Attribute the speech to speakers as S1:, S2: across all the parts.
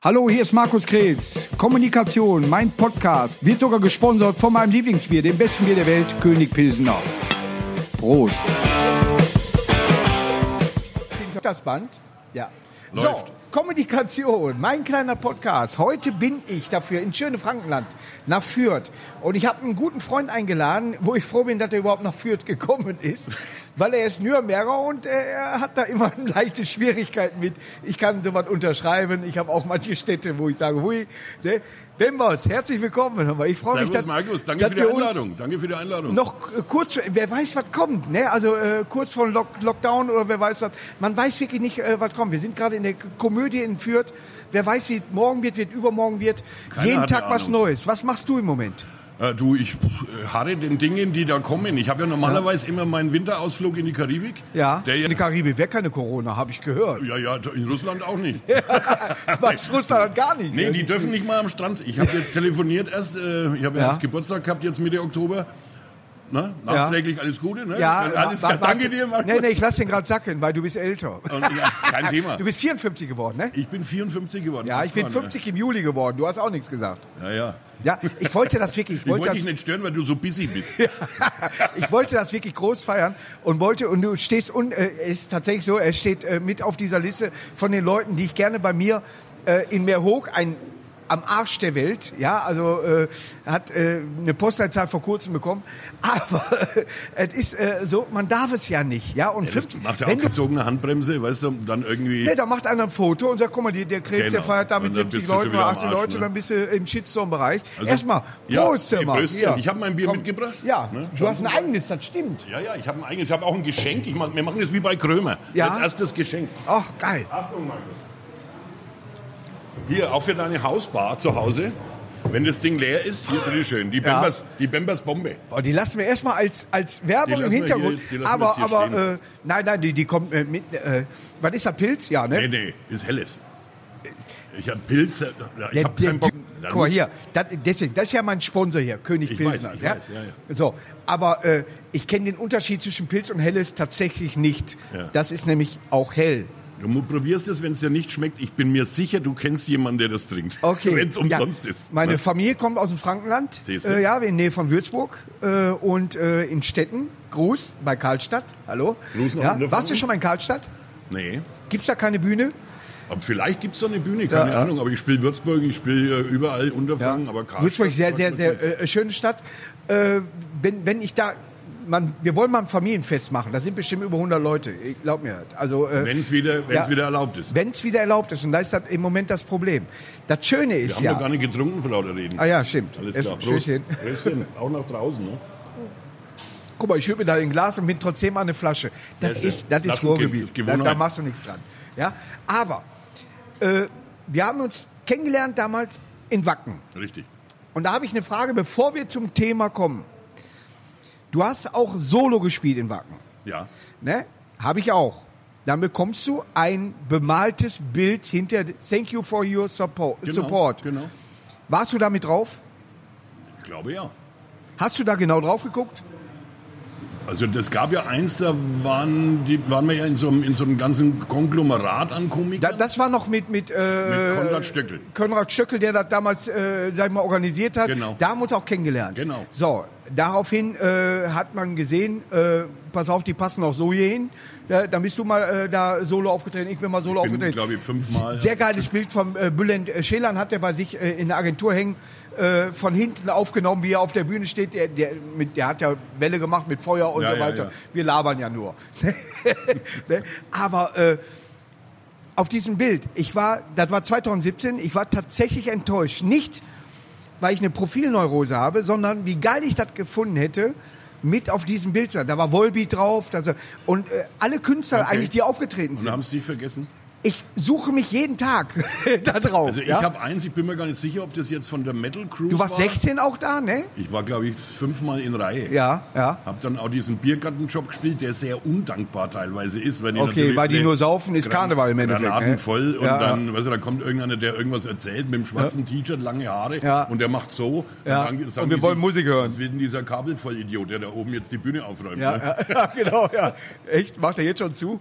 S1: Hallo, hier ist Markus Kretz. Kommunikation, mein Podcast, wird sogar gesponsert von meinem Lieblingsbier, dem besten Bier der Welt, König Pilsener. Prost. Das Band? Ja. So,
S2: Läuft.
S1: Kommunikation, mein kleiner Podcast. Heute bin ich dafür in schöne Frankenland, nach Fürth. Und ich habe einen guten Freund eingeladen, wo ich froh bin, dass er überhaupt nach Fürth gekommen ist, weil er ist Nürnberger und äh, er hat da immer leichte Schwierigkeiten mit. Ich kann sowas unterschreiben. Ich habe auch manche Städte, wo ich sage, hui, ne? Bembos, herzlich willkommen. Hör mal, Ich freue mich,
S2: Servus
S1: dass,
S2: Markus, danke
S1: dass
S2: für die
S1: wir uns
S2: Einladung. Danke für die Einladung.
S1: noch äh, kurz, wer weiß, was kommt, ne? Also äh, kurz vor Lock Lockdown oder wer weiß was. Man weiß wirklich nicht, äh, was kommt. Wir sind gerade in der Komödie in Fürth. Wer weiß, wie es morgen wird, wie es übermorgen wird.
S2: Keiner
S1: Jeden
S2: hat eine
S1: Tag was
S2: Ahnung.
S1: Neues. Was machst du im Moment?
S2: Äh, du, ich äh, harre den Dingen, die da kommen. Ich habe ja normalerweise immer meinen Winterausflug in die Karibik.
S1: Ja,
S2: Der ja,
S1: in der Karibik wäre keine Corona, habe ich gehört.
S2: ja, ja, in Russland auch nicht.
S1: Was wusste man gar nicht. ne?
S2: Nee, die dürfen nicht mal am Strand. Ich habe jetzt telefoniert erst. Äh, ich habe
S1: Ja.
S2: erst Geburtstag gehabt, jetzt Mitte Oktober. Na, nachträglich alles Gute. Ne?
S1: ja,
S2: alles,
S1: sag-
S2: danke dir, Markus. Oh,
S1: Nee, nee, ich lasse den gerade sacken, weil du bist älter.
S2: Und, ja, kein Thema.
S1: Du bist 54 geworden, ne?
S2: Ich bin 54 geworden.
S1: Ja, ich bin
S2: Abgefahren,
S1: 50 im Juli geworden. Du hast auch nichts gesagt.
S2: ne? Ja, ja.
S1: Ja, ich wollte das wirklich. Ich
S2: Ich
S1: wollte,
S2: wollte
S1: das,
S2: dich nicht stören, weil du so busy bist.
S1: ich wollte das wirklich groß feiern und wollte und du stehst und äh, es ist tatsächlich so, er steht äh, mit auf dieser Liste von den Leuten, die ich gerne bei mir äh, in Meerhoog ein am Arsch der Welt, ja, also äh, hat äh, eine Postleitzahl vor kurzem bekommen, aber es ist äh, so, man darf es ja nicht, ja, und
S2: Das
S1: 50
S2: macht ja auch
S1: wenn du,
S2: gezogene Handbremse, weißt du, dann irgendwie.
S1: ne, da macht einer ein Foto und sagt, guck mal, der, der Krebs, der
S2: Genau.
S1: feiert da
S2: Und
S1: mit
S2: dann
S1: 70
S2: bist du schon
S1: Leuten
S2: wieder
S1: oder
S2: am
S1: 80
S2: Arsch,
S1: Leuten,
S2: ne?
S1: dann bist du im Shitstorm-Bereich.
S2: Also-
S1: Erstmal,
S2: Ja,
S1: Prost, hör
S2: ihr
S1: mal.
S2: Bröstchen. Ich hab mein Bier mitgebracht.
S1: Ja,
S2: Ne?
S1: du
S2: Schauen
S1: hast
S2: Sie
S1: ein
S2: mal.
S1: eigenes, das stimmt.
S2: Ja, ja, ich habe ein eigenes, ich habe auch ein Geschenk. Ich mach, wir machen das wie bei Krömer.
S1: Ja.
S2: Als erstes Geschenk.
S1: Ach, geil.
S2: Achtung, Markus. Hier, auch für deine Hausbar zu Hause. Wenn das Ding leer ist, hier, bitteschön. Die
S1: Ja.
S2: Bembers, die Bembers Bombe.
S1: Boah, die lassen wir erstmal als, als
S2: Die
S1: Werbung
S2: lassen
S1: im
S2: wir
S1: Hintergrund.
S2: hier jetzt- die lassen wir
S1: aber
S2: jetzt hier
S1: aber
S2: stehen.
S1: äh, nein, nein, die, die kommt äh, mit. Äh, was ist das Pilz? Ja, ne?
S2: Nee, nee, ist helles. Ich habe Pilze. Ich
S1: Der-
S2: hab
S1: der
S2: keinen Bock.
S1: Typ-
S2: Dann
S1: Guck mal
S2: muss-
S1: hier, das, deswegen, das ist ja mein Sponsor hier, König
S2: Ich
S1: Pilsner.
S2: weiß, ich weiß, ja,
S1: So, aber äh, ich kenne den Unterschied zwischen Pilz und Helles tatsächlich nicht.
S2: Ja.
S1: Das ist nämlich auch hell.
S2: Du mu- probierst es, wenn es dir nicht schmeckt. Ich bin mir sicher, du kennst jemanden, der das trinkt.
S1: Okay.
S2: Wenn es umsonst ist.
S1: Meine
S2: Ne?
S1: Familie kommt aus dem Frankenland,
S2: Siehste.
S1: äh, ja, in der Nähe von Würzburg äh, und äh, in Stetten. Gruß bei Karlstadt. Hallo.
S2: Gruß nach
S1: ja,
S2: Hannover.
S1: warst du schon mal in Karlstadt?
S2: Nee.
S1: Gibt's da keine Bühne?
S2: Aber vielleicht gibt es da eine Bühne, keine
S1: Ja.
S2: Ahnung. Aber ich spiele Würzburg, ich spiele äh, überall Unterfangen, aber Karlstadt.
S1: Würzburg, sehr,
S2: zum
S1: sehr,
S2: Beispiel
S1: sehr, äh, schöne Stadt. Äh, wenn, wenn ich da, man, wir wollen mal ein Familienfest machen. Da sind bestimmt über 100 Leute. Ich glaub mir. das. Also äh,
S2: Wenn es wieder, wenn's
S1: Ja.
S2: wieder erlaubt ist.
S1: wenn es wieder erlaubt ist, und da ist das im Moment das Problem. Das Schöne
S2: Wir
S1: ist
S2: haben doch
S1: ja.
S2: gar nicht getrunken vor lauter Reden.
S1: Ah ja, stimmt.
S2: Alles
S1: Erst-
S2: klar. Prost.
S1: Stößchen.
S2: Stößchen. Auch nach draußen, ne?
S1: Guck mal, ich schütte mir da ein Glas und bin trotzdem an eine Flasche.
S2: Sehr
S1: Das
S2: schön.
S1: ist, das ist
S2: Flaschenkind,
S1: Ruhrgebiet.
S2: ist
S1: da,
S2: Gewohnheit.
S1: da machst du nichts dran. Ja? Aber äh, wir haben uns kennengelernt damals in Wacken.
S2: Richtig.
S1: Und da habe ich eine Frage, bevor wir zum Thema kommen. Du hast auch Solo gespielt in Wacken,
S2: Ja.
S1: ne? Habe ich auch. Dann bekommst du ein bemaltes Bild hinter Thank you for your support.
S2: Genau,
S1: support.
S2: Genau.
S1: Warst du damit drauf?
S2: Ich glaube ja.
S1: Hast du da genau drauf geguckt?
S2: Also das gab ja eins, da waren, die, waren wir ja in so, einem, in so einem ganzen Konglomerat an
S1: Da,
S2: Komikern.
S1: das war noch mit mit, äh,
S2: Mit Konrad Stöckel.
S1: Konrad Stöckel, der das damals äh, sag ich mal organisiert hat.
S2: Genau.
S1: Da haben wir uns auch kennengelernt.
S2: Genau.
S1: So, daraufhin äh, hat man gesehen, äh, pass auf, die passen auch so hier hin. Da, dann bist du mal äh, da solo aufgetreten, ich bin mal solo
S2: Ich bin,
S1: aufgetreten.
S2: glaube ich, fünfmal.
S1: Sehr geiles Bild vom äh, Bülent äh, Schelan hat er bei sich äh, in der Agentur hängen. Äh, von hinten aufgenommen, wie er auf der Bühne steht. Der, der, mit, der hat ja Welle gemacht mit Feuer und
S2: Ja,
S1: so
S2: ja,
S1: weiter.
S2: ja.
S1: Wir labern ja nur. ne? Aber äh, auf diesem Bild, ich war, das war 2017, ich war tatsächlich enttäuscht. Nicht, weil ich eine Profilneurose habe, sondern wie geil ich das gefunden hätte, mit auf diesem Bild zu sein. Da war Volbeat drauf. Das, und äh, alle Künstler
S2: Okay.
S1: eigentlich, die aufgetreten
S2: Und
S1: sind.
S2: haben es nicht vergessen?
S1: Ich suche mich jeden Tag da drauf.
S2: Also ich
S1: ja?
S2: habe eins, ich bin mir gar nicht sicher, ob das jetzt von der Metal Crew
S1: du warst
S2: war.
S1: 16 auch da, ne?
S2: Ich war, glaube ich, fünfmal in Reihe.
S1: Ja, ja.
S2: Hab dann auch diesen Biergartenjob gespielt, der sehr undankbar teilweise ist, weil die
S1: Okay,
S2: natürlich-
S1: weil die
S2: ne,
S1: nur saufen, ist Karneval im Endeffekt,
S2: Granaten
S1: ne?
S2: voll und
S1: Ja,
S2: dann, weißt du, da kommt irgendeiner, der irgendwas erzählt mit dem schwarzen T-Shirt, lange Haare
S1: Ja.
S2: und der macht so.
S1: Ja.
S2: Dann sagen,
S1: Und wir
S2: die
S1: wollen
S2: sich,
S1: Musik hören.
S2: Was will denn dieser Kabelvollidiot, der da oben jetzt die Bühne aufräumt?
S1: Ja,
S2: ne?
S1: ja, ja, genau, ja. Echt? Macht er jetzt schon zu?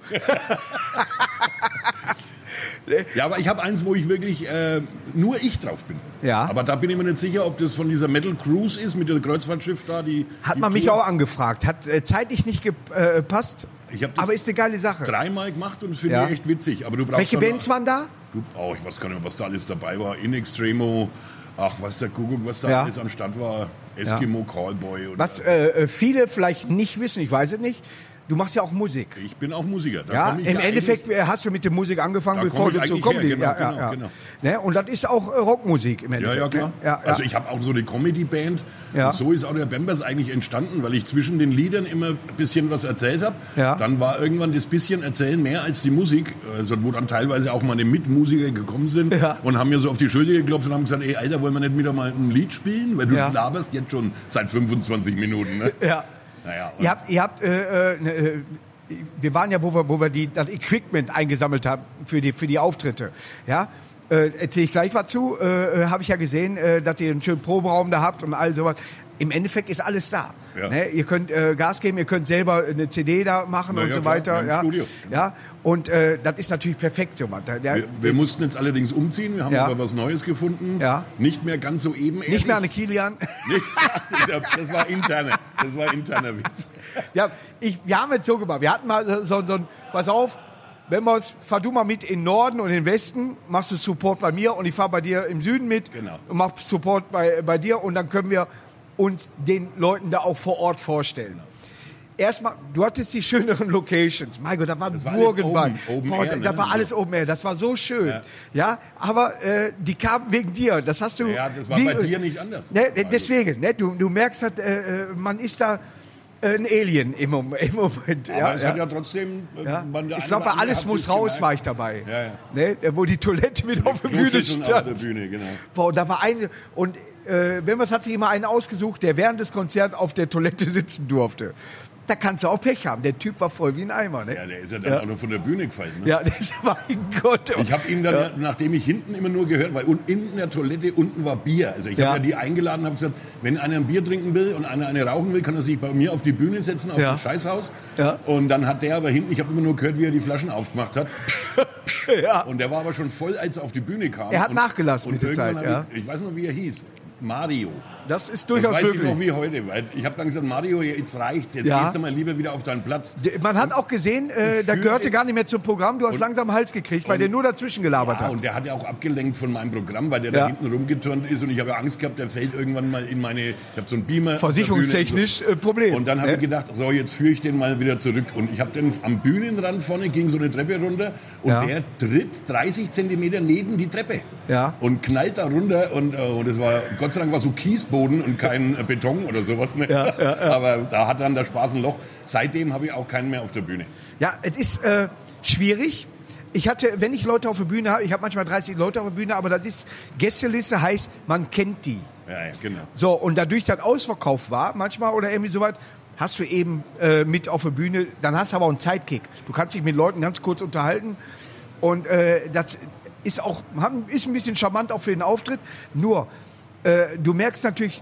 S2: Ja, aber ich habe eins, wo ich wirklich äh, nur ich drauf bin.
S1: Ja.
S2: Aber da bin ich mir nicht sicher, ob das von dieser Metal Cruise ist, mit dem Kreuzfahrtschiff da. Die,
S1: Hat
S2: die
S1: man mich
S2: Tour.
S1: auch angefragt. Hat äh, zeitlich nicht äh, gepasst.
S2: Ich hab das-
S1: aber ist eine geile Sache.
S2: dreimal gemacht und finde
S1: Ja.
S2: ich echt witzig. Aber du brauchst
S1: Welche
S2: dann-
S1: Bands waren da?
S2: Du, oh, ich weiß gar nicht mehr, was da alles dabei war. In Extremo, ach, was der Kuckuck, was da
S1: Ja.
S2: alles am Start war. Eskimo Callboy. Und
S1: Was äh, äh, viele vielleicht nicht wissen, ich weiß es nicht. Du machst ja auch Musik.
S2: ich bin auch Musiker. Da
S1: Ja,
S2: komm ich
S1: im Endeffekt
S2: eigentlich-
S1: äh, hast du mit der Musik angefangen,
S2: Da
S1: bevor
S2: komm ich
S1: du zur
S2: eigentlich
S1: Comedy.
S2: her, genau,
S1: ja, ja,
S2: genau,
S1: ja.
S2: genau.
S1: Ne? Und das ist auch äh, Rockmusik im
S2: Ja,
S1: Endeffekt.
S2: ja, klar.
S1: Ne? Ja, ja.
S2: Also ich habe auch so eine Comedy-Band.
S1: Ja.
S2: Und so ist auch der Bambers eigentlich entstanden, weil ich zwischen den Liedern immer ein bisschen was erzählt habe.
S1: Ja.
S2: Dann war irgendwann das bisschen Erzählen mehr als die Musik, also wo dann teilweise auch meine Mitmusiker gekommen sind
S1: Ja.
S2: und haben mir so auf die Schulter geklopft und haben gesagt, ey, Alter, wollen wir nicht wieder mal ein Lied spielen? Weil du
S1: Ja.
S2: laberst jetzt schon seit 25 Minuten. Ne?
S1: ja.
S2: Naja, und-
S1: Ihr habt, ihr habt äh, äh, ne, äh, wir waren ja, wo wir, wo wir die, das Equipment eingesammelt haben für die, für die Auftritte. Ja, äh, erzähle ich gleich was zu. Äh, äh, habe ich ja gesehen, äh, dass ihr einen schönen Proberaum da habt und all sowas. Im Endeffekt ist alles da.
S2: Ja.
S1: Ne? Ihr könnt äh, Gas geben, ihr könnt selber eine CD da machen
S2: Na
S1: und
S2: ja,
S1: so
S2: klar, wir
S1: weiter.
S2: haben
S1: Ja,
S2: Studio.
S1: ja. Und äh, das ist natürlich perfekt so was. Da- da-
S2: Wir, wir mussten jetzt allerdings umziehen, wir haben
S1: Ja.
S2: aber was Neues gefunden.
S1: Ja.
S2: Nicht mehr ganz so eben.
S1: Nicht mehr an den Kilian.
S2: Das war interne. Das war interner Witz.
S1: Ja, ich, wir haben es so gemacht. Wir hatten mal so, so ein, pass auf, wenn wir's, fahr du mal mit in den Norden und in den Westen, machst du Support bei mir und ich fahr bei dir im Süden mit
S2: Genau.
S1: und mach Support bei, bei dir und dann können wir uns den Leuten da auch vor Ort
S2: Genau.
S1: vorstellen. Erstmal, du hattest die schöneren Locations. Mein Gott, da waren
S2: war alles
S1: Burgen bei.
S2: open- open
S1: Boah,
S2: air,
S1: da
S2: ne?
S1: war alles Open Air, das war so schön. Ja,
S2: Ja.
S1: aber äh, die kamen wegen dir. Das hast du.
S2: Ja, das war
S1: wie-
S2: bei dir nicht anders.
S1: Ne, ne, deswegen, ne, du, du merkst, halt, äh, äh, man ist da äh, ein Alien im, Mom- im Moment.
S2: Aber
S1: ja,
S2: es
S1: ja,
S2: hat ja trotzdem. äh,
S1: ja.
S2: man- der
S1: Ich glaube,
S2: eine oder
S1: bei
S2: andere
S1: alles
S2: hat
S1: muss
S2: sich
S1: raus
S2: gemerkt.
S1: war ich dabei.
S2: Ja, ja.
S1: Ne, wo die Toilette mit auf der Bühne
S2: Duschen auf der
S1: stand.
S2: Bühne, genau.
S1: Boah, und da war ein, und äh, Wemmers hat sich immer einen ausgesucht, der während des Konzerts auf der Toilette sitzen durfte. Da kannst du auch Pech haben. Der Typ war voll wie ein Eimer. Ne?
S2: Ja, der ist ja dann auch noch von der Bühne gefallen. Ne?
S1: Ja, das war ein Gott.
S2: Ich habe ihm dann, ja. nachdem ich hinten immer nur gehört, weil un- in der Toilette unten war Bier. Also ich
S1: Ja.
S2: habe ja die eingeladen, habe gesagt, wenn einer ein Bier trinken will und einer eine rauchen will, kann er sich bei mir auf die Bühne setzen, auf
S1: Ja.
S2: dem Scheißhaus.
S1: Ja.
S2: Und dann hat der aber hinten, ich habe immer nur gehört, wie er die Flaschen aufgemacht hat.
S1: ja.
S2: Und der war aber schon voll, als er auf die Bühne kam.
S1: Er hat
S2: und,
S1: nachgelassen mit der
S2: irgendwann
S1: Zeit,
S2: hab Ich, ich weiß noch, wie er hieß. Mario.
S1: Das ist
S2: Das
S1: durchaus
S2: weiß ich
S1: möglich.
S2: noch wie heute. Weil ich habe dann gesagt, Mario, jetzt reicht's. Jetzt
S1: Ja.
S2: gehst du mal lieber wieder auf deinen Platz.
S1: Der- Man hat auch gesehen, äh, da
S2: fühlte-
S1: gehörte gar nicht mehr zum Programm. Du hast langsam Hals gekriegt, weil der nur dazwischen gelabert
S2: Ja,
S1: hat.
S2: Ah, und der hat ja auch abgelenkt von meinem Programm, weil der
S1: Ja.
S2: da hinten rumgeturnt ist und ich habe ja Angst gehabt, der fällt irgendwann mal in meine, ich habe so einen Beamer. auf der Bühne
S1: Versicherungstechnisch äh,
S2: Und,
S1: Problem.
S2: so. und dann habe
S1: ne?
S2: ich gedacht, so jetzt führe ich den mal wieder zurück. Und ich habe den am Bühnenrand vorne, ging so eine Treppe runter und
S1: Ja.
S2: der tritt 30 Zentimeter neben die Treppe.
S1: Ja.
S2: Und knallt da runter und, äh, und es war, Gott sei Dank war so Kiesboden und kein äh, Beton oder sowas. Ne? Aber da hat dann der Spaß ein Loch. Seitdem habe ich auch keinen mehr auf der Bühne.
S1: Ja, es ist äh, schwierig. Ich hatte, wenn ich Leute auf der Bühne habe, ich habe manchmal 30 Leute auf der Bühne, aber das ist, Gästeliste heißt, man kennt die.
S2: Ja, ja, genau.
S1: So, und dadurch, dass Ausverkauf war, manchmal oder irgendwie sowas, hast du eben äh, mit auf der Bühne, dann hast du aber auch einen Zeitkick. Du kannst dich mit Leuten ganz kurz unterhalten und äh, das ist auch, haben- ist ein bisschen charmant auch für den Auftritt. Nur, äh, du merkst natürlich,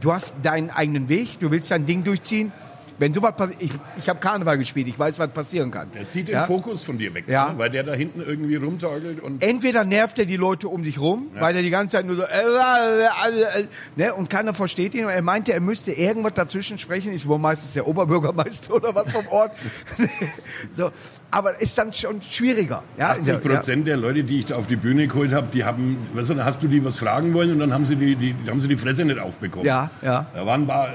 S1: du hast deinen eigenen Weg, du willst dein Ding durchziehen. Wenn sowas passiert, ich, ich habe Karneval gespielt, ich weiß, was passieren kann.
S2: Der zieht den
S1: Ja?
S2: Fokus von dir weg,
S1: Ja. Äh,
S2: ne? weil der da hinten irgendwie rumtorgelt und
S1: entweder nervt er die Leute um sich rum, weil er die ganze Zeit nur so äh, äh, äh, äh, ne, und keiner versteht ihn und er meinte, er müsste irgendwas dazwischen sprechen. Ich war meistens der Oberbürgermeister oder was vom Ort. so, aber ist dann schon schwieriger. also, Ja,
S2: 80 Prozent der Leute, die ich da auf die Bühne geholt habe, die haben, weißt du, da hast du die was fragen wollen und dann haben sie die, die, die haben sie die Fresse nicht aufbekommen.
S1: Ja, ja.
S2: Da waren ein paar,
S1: Ja.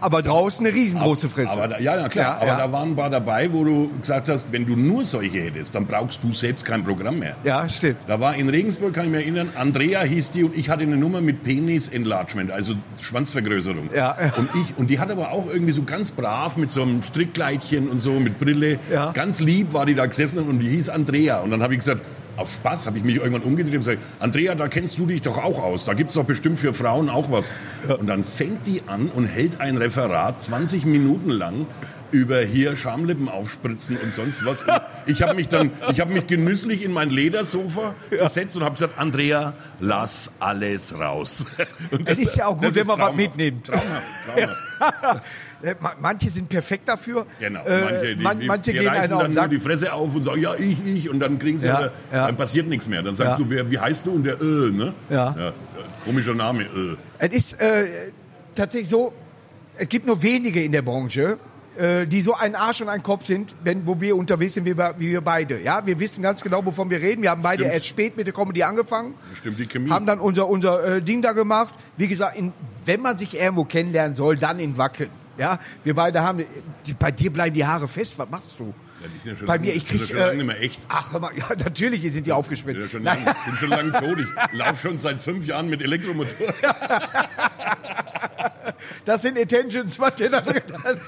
S1: Aber draußen eine riesengroße Fresse.
S2: aber da, ja, ja, klar,
S1: Ja,
S2: aber
S1: ja.
S2: da waren ein paar dabei, wo du gesagt hast, wenn du nur solche hättest, dann brauchst du selbst kein Programm mehr.
S1: ja, stimmt.
S2: Da war in Regensburg, kann ich mich erinnern, Andrea hieß die und ich hatte eine Nummer mit Penis Enlargement, also Schwanzvergrößerung.
S1: Ja, ja.
S2: Und ich, und die hat aber auch irgendwie so ganz brav mit so einem Strickkleidchen und so mit Brille.
S1: Ja.
S2: Ganz lieb war die da gesessen und die hieß Andrea. Und dann habe ich gesagt, auf Spaß habe ich mich irgendwann umgedreht und gesagt, Andrea, da kennst du dich doch auch aus. Da gibt es doch bestimmt für Frauen auch was. Und dann fängt die an und hält ein Referat 20 Minuten lang über hier Schamlippen aufspritzen und sonst was. Und ich habe mich dann, ich habe mich genüsslich in mein Ledersofa gesetzt und habe gesagt, Andrea, lass alles raus. Und
S1: Es ist ja auch gut,
S2: das
S1: wenn
S2: ist
S1: man was
S2: traumhaft.
S1: mitnimmt.
S2: Traumhaft, traumhaft.
S1: Äh, ma- Manche sind perfekt dafür.
S2: Genau.
S1: Äh,
S2: die,
S1: man,
S2: die,
S1: manche
S2: die
S1: gehen
S2: reißen
S1: einen auf
S2: dann
S1: den
S2: nur
S1: Sack.
S2: die Fresse auf und sagen, ja, ich, ich. Und dann kriegen sie
S1: Ja,
S2: wieder,
S1: ja.
S2: dann passiert nichts mehr. Dann sagst
S1: Ja.
S2: du, wer, wie heißt du? Und der, äh, ne?
S1: Ja.
S2: äh, komischer Name, äh.
S1: Es ist äh, tatsächlich so, es gibt nur wenige in der Branche, äh, die so ein Arsch und ein Kopf sind, wenn, wo wir unterwegs sind, wie, wir- wie wir beide. Ja, wir wissen ganz genau, wovon wir reden. Wir haben beide
S2: Stimmt. Hm.
S1: erst spät mit der Comedy angefangen,
S2: Bestimmt die Chemie.
S1: haben dann unser, unser äh, Ding da gemacht. Wie gesagt, in, wenn man sich irgendwo kennenlernen soll, dann in Wacken. Ja, wir beide haben, die, bei dir bleiben die Haare fest, was machst du?
S2: Ja, die sind ja schon
S1: Bei
S2: lange-
S1: mir, ich
S2: sind ja
S1: krieg, äh,
S2: schon lange nicht mehr echt.
S1: Ach, hör mal, ja, natürlich sind die
S2: Ich
S1: aufgespitzt.
S2: bin ja schon
S1: Nein.
S2: lange, bin schon lange tot. Ich laufe schon seit fünf Jahren mit Elektromotor.
S1: Das sind Attentions, was der da drin hat.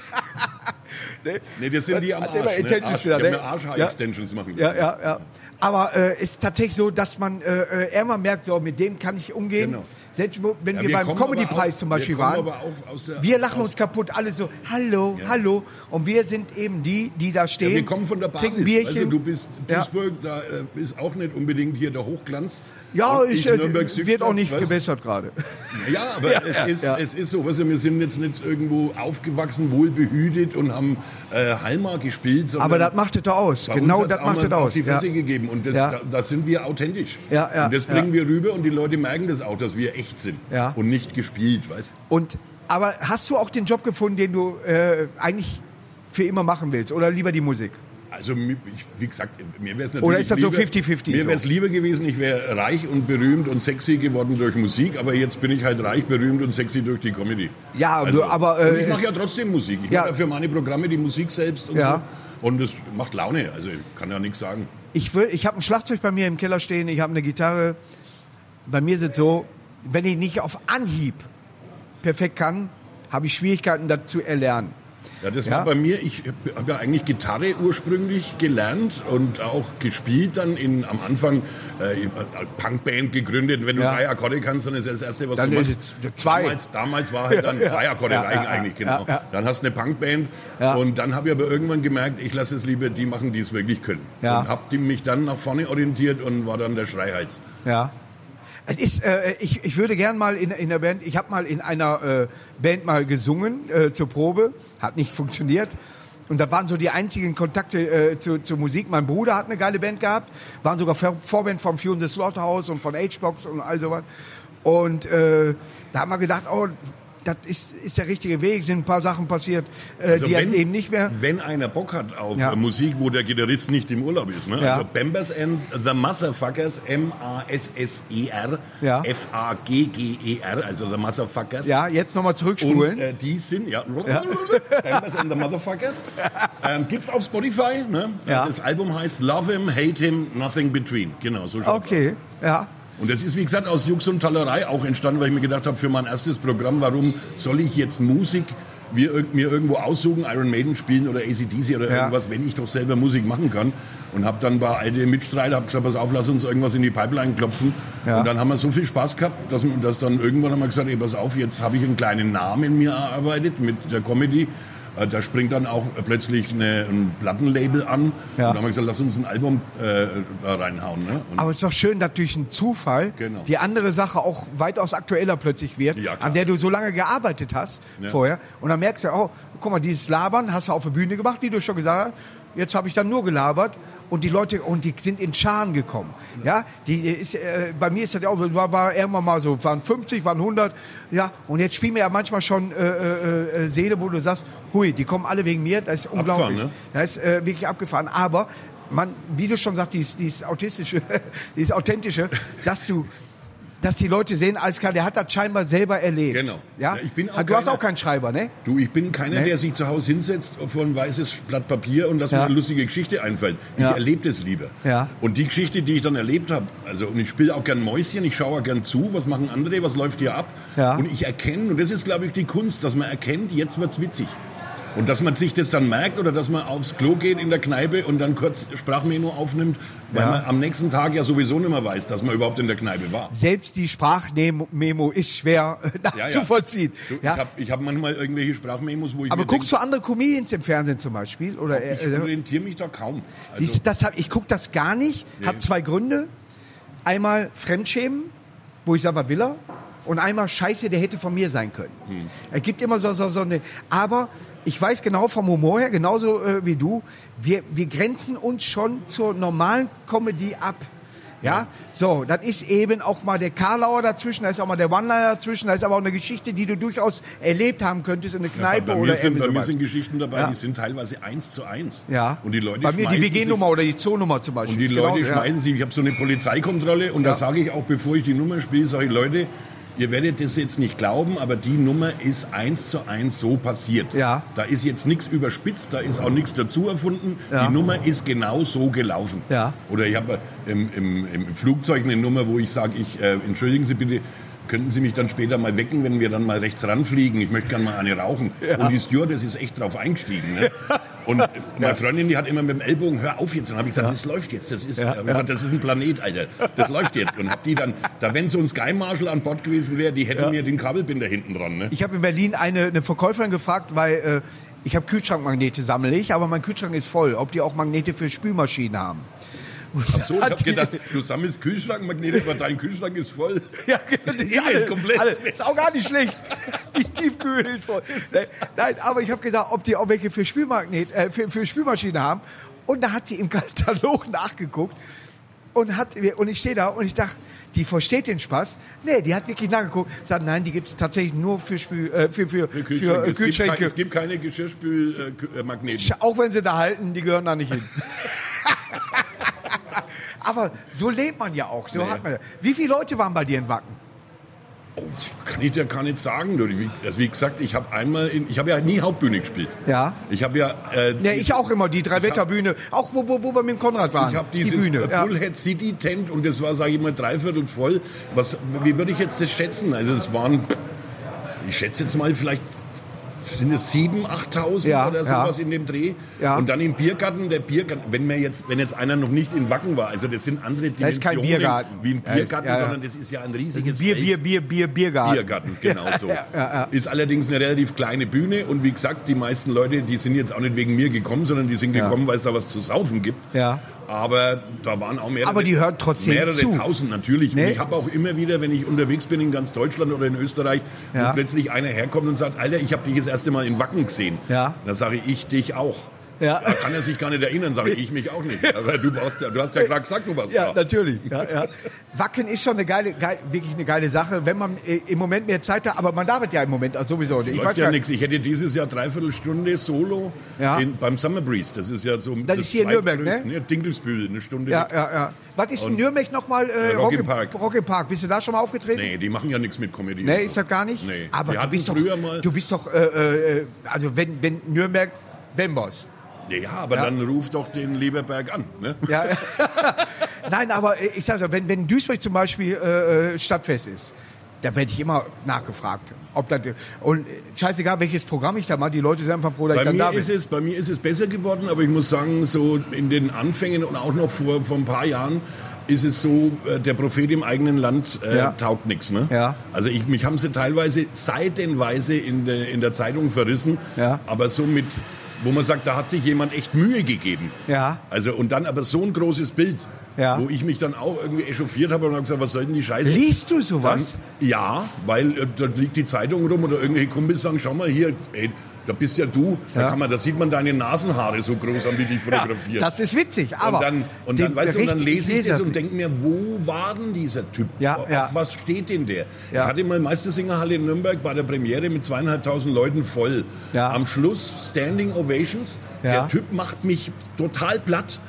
S1: nee.
S2: Nee, das sind die am
S1: Hat
S2: Arsch.
S1: immer
S2: Ne?
S1: Intentions
S2: Arsch
S1: wieder,
S2: die haben
S1: ne?
S2: eine Arschhaar
S1: Ja.
S2: extensions machen.
S1: Ja, ja, ja. Aber äh, ist tatsächlich so, dass man äh, äh, irgendwann merkt, so, mit dem kann ich umgehen.
S2: Genau.
S1: Selbst wo, wenn
S2: Ja,
S1: wir, beim
S2: kommen aber
S1: Comedy-Preis
S2: auch-
S1: zum Beispiel
S2: wir kommen
S1: waren,
S2: Aber auch aus der,
S1: wir lachen
S2: aus,
S1: uns kaputt, alle so, hallo,
S2: Ja.
S1: hallo. Und wir sind eben die, die da stehen.
S2: Wir kommen von der Basis.
S1: Trinken Bierchen.
S2: Weißt du, du bist
S1: Ja.
S2: Duisburg, da äh, ist auch nicht unbedingt hier der Hochglanz.
S1: ja,
S2: Und
S1: ich,
S2: in
S1: äh,
S2: Nürnberg
S1: wird auch nicht
S2: weißt du,
S1: gebessert gerade.
S2: Ja, aber es, ist,
S1: ja.
S2: es ist so, weißt du, wir sind jetzt nicht irgendwo aufgewachsen, wohlbehütet und haben äh, Halma gespielt. sondern
S1: Aber das macht es da aus.
S2: bei uns
S1: Genau
S2: hat's
S1: das
S2: auch
S1: macht
S2: mal
S1: es
S2: auf
S1: aus.
S2: Die
S1: Ja.
S2: Fresse gegeben und das,
S1: Ja.
S2: da, da sind wir authentisch.
S1: Ja, ja,
S2: und das
S1: ja.
S2: bringen wir rüber und die Leute merken das auch, dass wir echt sind
S1: Ja.
S2: und nicht gespielt, weißt du.
S1: Und aber hast du auch den Job gefunden, den du äh, eigentlich für immer machen willst oder lieber die Musik?
S2: Also, mi- ich, wie gesagt, mir wäre es natürlich.
S1: Oder ist das so
S2: lieber-
S1: 50-50
S2: Mir
S1: so?
S2: wäre es lieber gewesen, ich wäre reich und berühmt und sexy geworden durch Musik, aber jetzt bin ich halt reich, berühmt und sexy durch die Comedy. Also,
S1: Ja, du- aber, äh,
S2: und ich mache ja trotzdem Musik. Ich
S1: ja.
S2: mache ja für meine Programme die Musik selbst und
S1: Ja.
S2: so. Und das macht Laune, also ich kann ja nichts sagen.
S1: Ich will, ich habe ein Schlagzeug bei mir im Keller stehen, ich habe eine Gitarre. Bei mir ist es so, wenn ich nicht auf Anhieb perfekt kann, habe ich Schwierigkeiten, das zu erlernen.
S2: Ja, das
S1: Ja.
S2: war bei mir, ich habe ja eigentlich Gitarre ursprünglich gelernt und auch gespielt dann in, am Anfang äh, in einer Punkband gegründet. Wenn du
S1: Ja,
S2: drei Akkorde kannst, dann ist das Erste, was
S1: Dann
S2: du
S1: ist
S2: machst.
S1: es zwei.
S2: Damals, damals war halt dann zwei Akkorde
S1: ja,
S2: reichen
S1: ja,
S2: eigentlich,
S1: ja,
S2: genau.
S1: ja.
S2: Dann hast du eine Punkband
S1: Ja.
S2: und dann habe ich aber irgendwann gemerkt, ich lasse es lieber die machen, die es wirklich können.
S1: Ja.
S2: Und habe mich dann nach vorne orientiert und war dann der Schreihals.
S1: Ja. Es ist, äh, ich, ich würde gern mal in, in der Band, ich habe mal in einer äh, Band mal gesungen äh, zur Probe, hat nicht funktioniert. Und da waren so die einzigen Kontakte äh, zu, zur Musik. Mein Bruder hat eine geile Band gehabt, waren sogar Vor Vorband vom Fury the Slaughterhouse und von H-Box und all sowas. Und äh, da haben wir gedacht, oh, das ist, ist der richtige Weg, sind ein paar Sachen passiert, äh, die dann eben nicht mehr.
S2: Also Wenn einer Bock hat auf
S1: Ja.
S2: äh, Musik, wo der Gitarrist nicht im Urlaub ist, ne?
S1: Ja.
S2: Also Bambers and the Motherfuckers, M-A-S-S-E-R,
S1: Ja.
S2: F-A-G-G-E-R, also the Motherfuckers.
S1: Ja, jetzt nochmal zurückspulen.
S2: Und äh, die sind, ja, Bambers and the Motherfuckers, ähm, gibt's auf Spotify, ne?
S1: Ja.
S2: Das Album heißt Love Him, Hate Him, Nothing Between. Genau, so schaut's
S1: okay, ja.
S2: und das ist, wie gesagt, aus Jux und Tollerei auch entstanden, weil ich mir gedacht habe, für mein erstes Programm, warum soll ich jetzt Musik mir, irg- mir irgendwo aussuchen, Iron Maiden spielen oder ACDC oder
S1: Ja.
S2: irgendwas, wenn ich doch selber Musik machen kann. Und habe dann bei all den Mitstreitern hab gesagt, pass auf, lass uns irgendwas in die Pipeline klopfen.
S1: Ja.
S2: Und dann haben wir so viel Spaß gehabt, dass, dass dann irgendwann haben wir gesagt, ey, pass auf, jetzt habe ich einen kleinen Namen in mir erarbeitet mit der Comedy. Äh, Da springt dann auch plötzlich eine, ein Plattenlabel
S1: Ja.
S2: an. Und dann haben wir gesagt, lass uns ein Album äh, da reinhauen. Ne? Und
S1: Aber es ist doch schön, dass durch einen Zufall
S2: Genau.
S1: die andere Sache auch weitaus aktueller plötzlich wird,
S2: Ja, klar.
S1: an der du so lange gearbeitet hast
S2: Ja.
S1: vorher. Und dann merkst du, oh, guck mal, dieses Labern hast du auf der Bühne gemacht, wie du schon gesagt hast. Jetzt habe ich dann nur gelabert und die Leute und die sind in Scharen gekommen. Ja, die ist, äh, bei mir ist das ja auch, so, war, war irgendwann mal so, waren 50, waren 100. Ja, und jetzt spielen wir ja manchmal schon äh, äh, äh, Seele, wo du sagst, hui, die kommen alle wegen mir, das ist unglaublich.
S2: Abgefahren, ne?
S1: Das ist äh, wirklich abgefahren. Aber man, wie du schon sagst, dieses, dieses autistische, dieses authentische, dass du, dass die Leute sehen, alles klar, der hat das scheinbar selber erlebt.
S2: Genau.
S1: Ja. Ah,
S2: Ja, ich bin auch
S1: du hast
S2: keiner-
S1: auch keinen Schreiber, ne?
S2: Du, ich bin keiner,
S1: Nee.
S2: der sich zu Hause hinsetzt vor ein weißes Blatt Papier und dass
S1: Ja.
S2: mir eine lustige Geschichte einfällt. Ich
S1: Ja.
S2: erlebe das lieber.
S1: Ja.
S2: Und die Geschichte, die ich dann erlebt habe, also und ich spiele auch gern Mäuschen, ich schaue auch gern zu, was machen andere, was läuft hier ab.
S1: Ja.
S2: Und ich erkenne, und das ist, glaube ich, die Kunst, dass man erkennt, jetzt wird's witzig. Und dass man sich das dann merkt oder dass man aufs Klo geht in der Kneipe und dann kurz Sprachmenu aufnimmt, weil
S1: Ja.
S2: man am nächsten Tag ja sowieso nicht mehr weiß, dass man überhaupt in der Kneipe war.
S1: Selbst die Sprachmemo ist schwer nachzuvollziehen.
S2: Du,
S1: Ja.
S2: Ich habe ich hab manchmal irgendwelche Sprachmemos, wo ich
S1: Aber
S2: mir
S1: guckst du andere Comedians im Fernsehen zum Beispiel? Oder,
S2: denk,
S1: äh,
S2: ich orientiere mich da kaum. Also,
S1: Siehst du, das hab, ich guck das gar nicht. Hat zwei Gründe. Einmal Fremdschämen, wo ich sage, was will er? Und einmal Scheiße, der hätte von mir sein können.
S2: Hm.
S1: Er gibt immer so, so, so eine... Aber ich weiß genau vom Humor her, genauso äh, wie du, wir, wir grenzen uns schon zur normalen Comedy ab. Ja, so, dann ist eben auch mal der Karlauer dazwischen, da ist auch mal der One-Liner dazwischen, da ist aber auch eine Geschichte, die du durchaus erlebt haben könntest in der Kneipe
S2: bei mir,
S1: oder
S2: sind,
S1: irgendwie
S2: bei mir
S1: sowas.
S2: sind Geschichten dabei,
S1: Ja.
S2: die sind teilweise eins zu eins.
S1: Ja.
S2: Und die Leute
S1: Bei mir die
S2: schmeißen sich-
S1: WG-Nummer oder die Zoonummer zum Beispiel.
S2: Und die
S1: ist
S2: Leute
S1: genauso, Genau, ja.
S2: schmeißen sich, ich habe so eine Polizeikontrolle und da sage ich auch, bevor ich die Nummer spiele, sage ich, Leute, ihr werdet das jetzt nicht glauben, aber die Nummer ist eins zu eins so passiert.
S1: Ja.
S2: Da ist jetzt nichts überspitzt, da ist auch nichts dazu erfunden.
S1: Ja.
S2: Die Nummer ist genau so gelaufen.
S1: Ja.
S2: Oder ich habe äh, im, im, im Flugzeug eine Nummer, wo ich sage, ich, äh, entschuldigen Sie bitte, könnten Sie mich dann später mal wecken, wenn wir dann mal rechts ranfliegen? Ich möchte gerne mal eine rauchen. Und die Stewardess ist echt drauf eingestiegen. Ne? Und äh, meine Freundin, die hat immer mit dem Ellbogen, hör auf jetzt. Und habe ich gesagt, das läuft jetzt. Das ist, hab ich gesagt, das ist ein Planet, Alter. Das läuft jetzt. Und hab die dann, da wenn so ein Sky Marshal an Bord gewesen wäre, die hätten mir den Kabelbinder hinten dran. Ne?
S1: Ich habe in Berlin eine, eine Verkäuferin gefragt, weil äh, ich habe Kühlschrankmagnete sammle ich, aber mein Kühlschrank ist voll, ob die auch Magnete für Spülmaschinen haben.
S2: Ach so, ich
S1: hat
S2: habe
S1: die-
S2: gedacht, du sammelst Kühlschrankmagnete, aber dein Kühlschrank ist voll.
S1: Ja, genau, die
S2: Ja, komplett.
S1: Alle. Ist auch gar nicht schlecht. Die Tiefkühl ist voll. Nein, Nein, aber ich habe gedacht, ob die auch welche für, Spülmagnet, äh, für, für Spülmaschine haben. Und da hat sie im Katalog nachgeguckt. Und, hat, mir- und ich stehe da und ich dachte, die versteht den Spaß. Nee, die hat wirklich nachgeguckt. Sagt, nein, die gibt es tatsächlich nur für, Spül, äh, für, für, für,
S2: Kühlschränke.
S1: äh,
S2: es, gibt kein,
S1: Kühlschränke.
S2: es gibt keine Geschirrspülmagneten.
S1: Sch- Auch wenn sie da halten, die gehören da nicht hin. Aber so lebt man ja auch. So
S2: Nee.
S1: hat man ja. Wie viele Leute waren bei dir in Wacken?
S2: Oh, kann ich dir gar nicht sagen. Du. Wie- Also wie gesagt, ich habe einmal, in, ich habe ja nie Hauptbühne gespielt.
S1: Ja.
S2: Ich habe ja, äh,
S1: Ja, ich auch immer, die Drei-Wetter-Bühne. Auch wo, wo, wo wir mit dem Konrad waren.
S2: ich habe
S1: die
S2: dieses
S1: Bühne.
S2: äh,
S1: Ja.
S2: Bullhead City Tent und das war, sage ich mal, dreiviertel voll. Was, wie würde ich jetzt das schätzen? Also es waren, ich schätze jetzt mal vielleicht sind es 7.000, 8.000
S1: Ja,
S2: oder
S1: ja.
S2: sowas in dem Dreh.
S1: Ja.
S2: Und dann im Biergarten, der Biergarten, wenn, mir jetzt, wenn jetzt einer noch nicht in Wacken war, also das sind andere Dimensionen
S1: Da ist kein Biergarten.
S2: wie ein
S1: Ja, ist-
S2: Biergarten,
S1: ja, ja.
S2: sondern das ist ja ein riesiges
S1: Bier,
S2: Feld.
S1: Bier, Bier, Bier, Biergarten.
S2: Biergarten, genau so.
S1: Ja, ja, ja.
S2: Ist allerdings eine relativ kleine Bühne und wie gesagt, die meisten Leute, die sind jetzt auch nicht wegen mir gekommen, sondern die sind
S1: Ja.
S2: gekommen, weil es da was zu saufen gibt.
S1: Ja.
S2: Aber da waren auch mehrere,
S1: Aber die hören trotzdem
S2: mehrere
S1: zu. Ne?
S2: tausend natürlich. Und
S1: Nee.
S2: ich habe auch immer wieder, wenn ich unterwegs bin in ganz Deutschland oder in Österreich,
S1: Ja.
S2: wo plötzlich einer herkommt und sagt, Alter, ich habe dich das erste Mal in Wacken gesehen.
S1: Ja.
S2: Dann sage ich, ich dich auch.
S1: Ja.
S2: Da kann er sich gar nicht erinnern, sage ich, ich mich auch nicht. Aber du, warst, ja- du hast ja gerade gesagt, du warst
S1: Ja,
S2: da.
S1: natürlich. Ja, ja. Wacken ist schon eine geile, geil, wirklich eine geile Sache, wenn man äh, im Moment mehr Zeit hat. Aber man darf es ja im Moment also sowieso nicht. Ich
S2: Läuft
S1: weiß
S2: ja
S1: gar nicht.
S2: nichts. Ich hätte dieses Jahr dreiviertel Stunde Solo
S1: Ja.
S2: in, beim Summer Breeze. Das ist ja so. Das,
S1: ist hier in Nürnberg, ne?
S2: zweitgrößte, Ja, Dinkelsbühl, eine Stunde.
S1: Ja,
S2: weg.
S1: ja, ja. Was ist in Nürnberg nochmal? Äh,
S2: Rock im Park.
S1: Rock im Park. Bist du da schon mal aufgetreten?
S2: Nee, die machen ja nichts mit Comedy. und
S1: Nee,
S2: so.
S1: ist das gar nicht?
S2: Nee.
S1: Aber
S2: Wir
S1: du
S2: hatten
S1: bist, doch,
S2: früher mal-
S1: du bist doch, äh, äh, also wenn, wenn Nürnberg, Bembos.
S2: Ja, aber
S1: Ja.
S2: dann ruf doch den Leberberg an. Ne?
S1: Ja. Nein, aber äh, ich sage so, wenn, wenn Duisburg zum Beispiel äh, äh, Stadtfest ist, da werde ich immer nachgefragt. Ob das, und äh, scheißegal, welches Programm ich da mache, die Leute sind einfach froh, dass ich
S2: Bei
S1: dann da
S2: mir,
S1: bin.
S2: ist es, bei mir ist es besser geworden, aber ich muss sagen, so in den Anfängen und auch noch vor, vor ein paar Jahren ist es so, äh, der Prophet im eigenen Land äh,
S1: Ja.
S2: taugt nichts. Ne?
S1: Ja.
S2: Also ich, mich haben sie teilweise seitenweise in, der in der Zeitung verrissen,
S1: Ja.
S2: aber so mit, wo man sagt, da hat sich jemand echt Mühe gegeben.
S1: Ja.
S2: Also und dann aber so ein großes Bild,
S1: Ja.
S2: wo ich mich dann auch irgendwie echauffiert habe und habe gesagt, was soll denn die Scheiße?
S1: Liest du
S2: Dann,
S1: sowas?
S2: ja, weil äh, da liegt die Zeitung rum oder irgendwelche Kumpels sagen, schau mal hier, ey, da bist ja du,
S1: Ja.
S2: da, kann man, da sieht man deine Nasenhaare so groß an, wie die fotografiert.
S1: Das ist witzig, aber
S2: und dann, und dann,
S1: den-
S2: weißt du, und dann
S1: richtig,
S2: lese ich das und
S1: nicht.
S2: denke mir, wo war denn dieser Typ?
S1: Ja,
S2: Auf
S1: ja.
S2: was steht denn der?
S1: Ja.
S2: Ich hatte mal Meistersingerhalle in Nürnberg bei der Premiere mit zweieinhalbtausend Leuten voll.
S1: Ja.
S2: Am Schluss Standing Ovations.
S1: Ja.
S2: Der Typ macht mich total platt.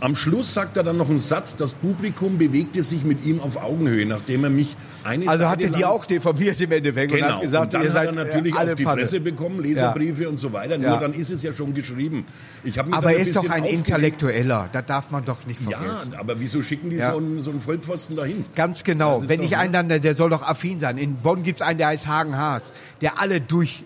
S2: Am Schluss sagt er dann noch einen Satz, das Publikum bewegte sich mit ihm auf Augenhöhe, nachdem er mich eine
S1: Also
S2: Seite
S1: hatte die
S2: lang-
S1: auch deformiert im Endeffekt und
S2: Genau,
S1: hat gesagt,
S2: und dann
S1: ihr
S2: hat
S1: seid
S2: er
S1: äh,
S2: natürlich
S1: alle
S2: auf die
S1: Panne.
S2: Fresse bekommen, Leserbriefe und so weiter. Nur
S1: Ja.
S2: dann ist es ja schon geschrieben. Ich hab mich
S1: Aber
S2: dann
S1: er ist doch
S2: bisschen
S1: ein
S2: aufgeregt.
S1: Intellektueller, das darf man doch nicht
S2: Ja,
S1: vergessen.
S2: aber wieso schicken die
S1: Ja.
S2: so, einen, so einen Vollpfosten dahin?
S1: Ganz genau.
S2: Das ist
S1: Wenn
S2: doch,
S1: ich
S2: ne?
S1: einen dann, der soll doch affin sein. In Bonn gibt's einen, der heißt Hagen Haas, der alle durch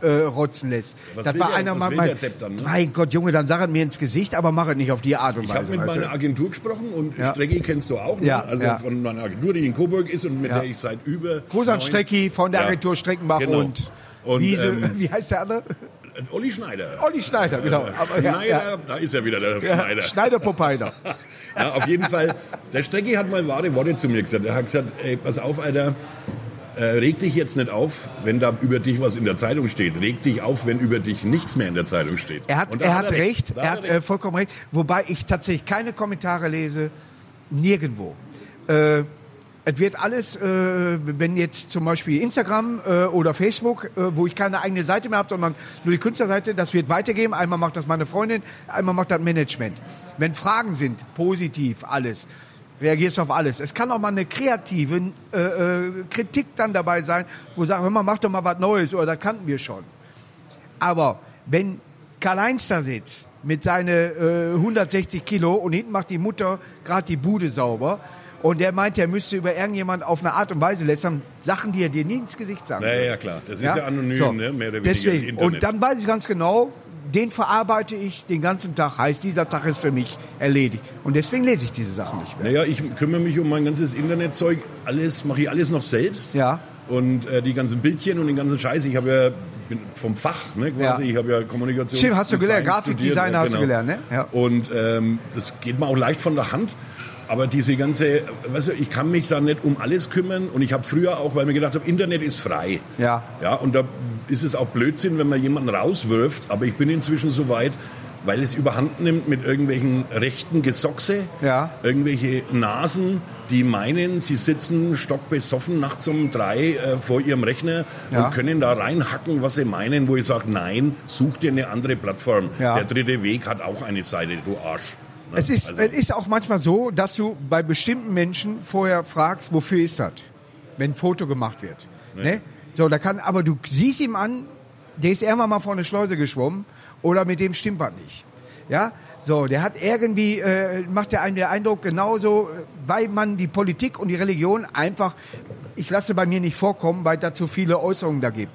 S1: äh, rotzen lässt.
S2: Was
S1: das
S2: will
S1: war
S2: der-
S1: einer
S2: was
S1: mal
S2: will
S1: mein,
S2: der Depp dann, ne?
S1: Mein Gott, Junge, dann sag es mir ins Gesicht, aber mach es nicht auf die Art und
S2: Ich habe
S1: Weise.
S2: mit
S1: weißt du?
S2: meiner Agentur gesprochen und
S1: Ja.
S2: Strecki kennst du auch, ne?
S1: Ja,
S2: also
S1: ja.
S2: von meiner Agentur, die in Coburg ist und mit
S1: Ja.
S2: der ich seit über
S1: Gruß an
S2: neun-
S1: Strecki von der
S2: Ja.
S1: Agentur Streckenbach
S2: Genau.
S1: und,
S2: Und,
S1: Wiese,
S2: ähm,
S1: wie heißt der andere?
S2: Äh, Olli Schneider. Also
S1: Olli Schneider, genau. Aber, ja,
S2: Schneider, da ist er wieder, der
S1: ja.
S2: Schneider.
S1: Schneider Popeider.
S2: Ja, auf jeden Fall, der Strecki hat mal wahre Worte zu mir gesagt. Er hat gesagt, ey, pass auf, Alter, äh, reg dich jetzt nicht auf, wenn da über dich was in der Zeitung steht. Reg dich auf, wenn über dich nichts mehr in der Zeitung steht.
S1: Er hat,
S2: Und da
S1: er hat recht,
S2: Da
S1: er hat äh, vollkommen recht. Wobei ich tatsächlich keine Kommentare lese, nirgendwo. Äh, es wird alles, äh, wenn jetzt zum Beispiel Instagram äh, oder Facebook, äh, wo ich keine eigene Seite mehr habe, sondern nur die Künstlerseite, das wird weitergeben. Einmal macht das meine Freundin, einmal macht das Management. Wenn Fragen sind, positiv alles, reagierst du auf alles. Es kann auch mal eine kreative äh, äh, Kritik dann dabei sein, wo sagt, hör mal, mach doch mal was Neues oder das kannten wir schon. Aber wenn Karl-Heinz da sitzt mit seine äh, 160 Kilo und hinten macht die Mutter gerade die Bude sauber und der meint, er müsste über irgendjemand auf eine Art und Weise lästern, lachen die ja dir nie ins Gesicht sagen.
S2: naja, ja, klar, das ist ja,
S1: Ja?
S2: anonym,
S1: So.
S2: ne? mehr oder weniger. im
S1: Deswegen.
S2: Internet.
S1: Und dann weiß ich ganz genau, den verarbeite ich den ganzen Tag. Heißt, dieser Tag ist für mich erledigt. Und deswegen lese ich diese Sachen nicht mehr.
S2: Naja, ich kümmere mich um mein ganzes Internetzeug. Alles mache ich alles noch selbst.
S1: Ja.
S2: Und äh, die ganzen Bildchen und den ganzen Scheiß. Ich habe ja bin vom Fach, ne, quasi.
S1: Ja.
S2: Ich habe ja Kommunikation.
S1: Stimmt, hast du gelernt. Grafikdesigner hast du gelernt, ne? Ja.
S2: genau. Und ähm, das geht mir auch leicht von der Hand. Aber diese ganze, weißt du, ich kann mich da nicht um alles kümmern. Und ich habe früher auch, weil mir gedacht habe, Internet ist frei.
S1: Ja.
S2: Ja, und da ist es auch Blödsinn, wenn man jemanden rauswirft. Aber ich bin inzwischen so weit, weil es überhand nimmt mit irgendwelchen rechten Gesochse.
S1: Ja.
S2: Irgendwelche Nasen, die meinen, sie sitzen stockbesoffen nachts um drei äh, vor ihrem Rechner
S1: Ja.
S2: und können da reinhacken, was sie meinen, wo ich sage, nein, such dir eine andere Plattform.
S1: Ja.
S2: Der dritte Weg hat auch eine Seite, du Arsch. Ne?
S1: Es ist,
S2: Also-
S1: es ist auch manchmal so, dass du bei bestimmten Menschen vorher fragst, wofür ist das, wenn ein Foto gemacht wird. Ne? So, da kann, aber du siehst ihm an, der ist irgendwann mal vor eine Schleuse geschwommen oder mit dem stimmt was nicht. Ja, so, der hat irgendwie, äh, macht der einen den Eindruck genauso, äh, weil man die Politik und die Religion einfach, ich lasse bei mir nicht vorkommen, weil da zu viele Äußerungen da gibt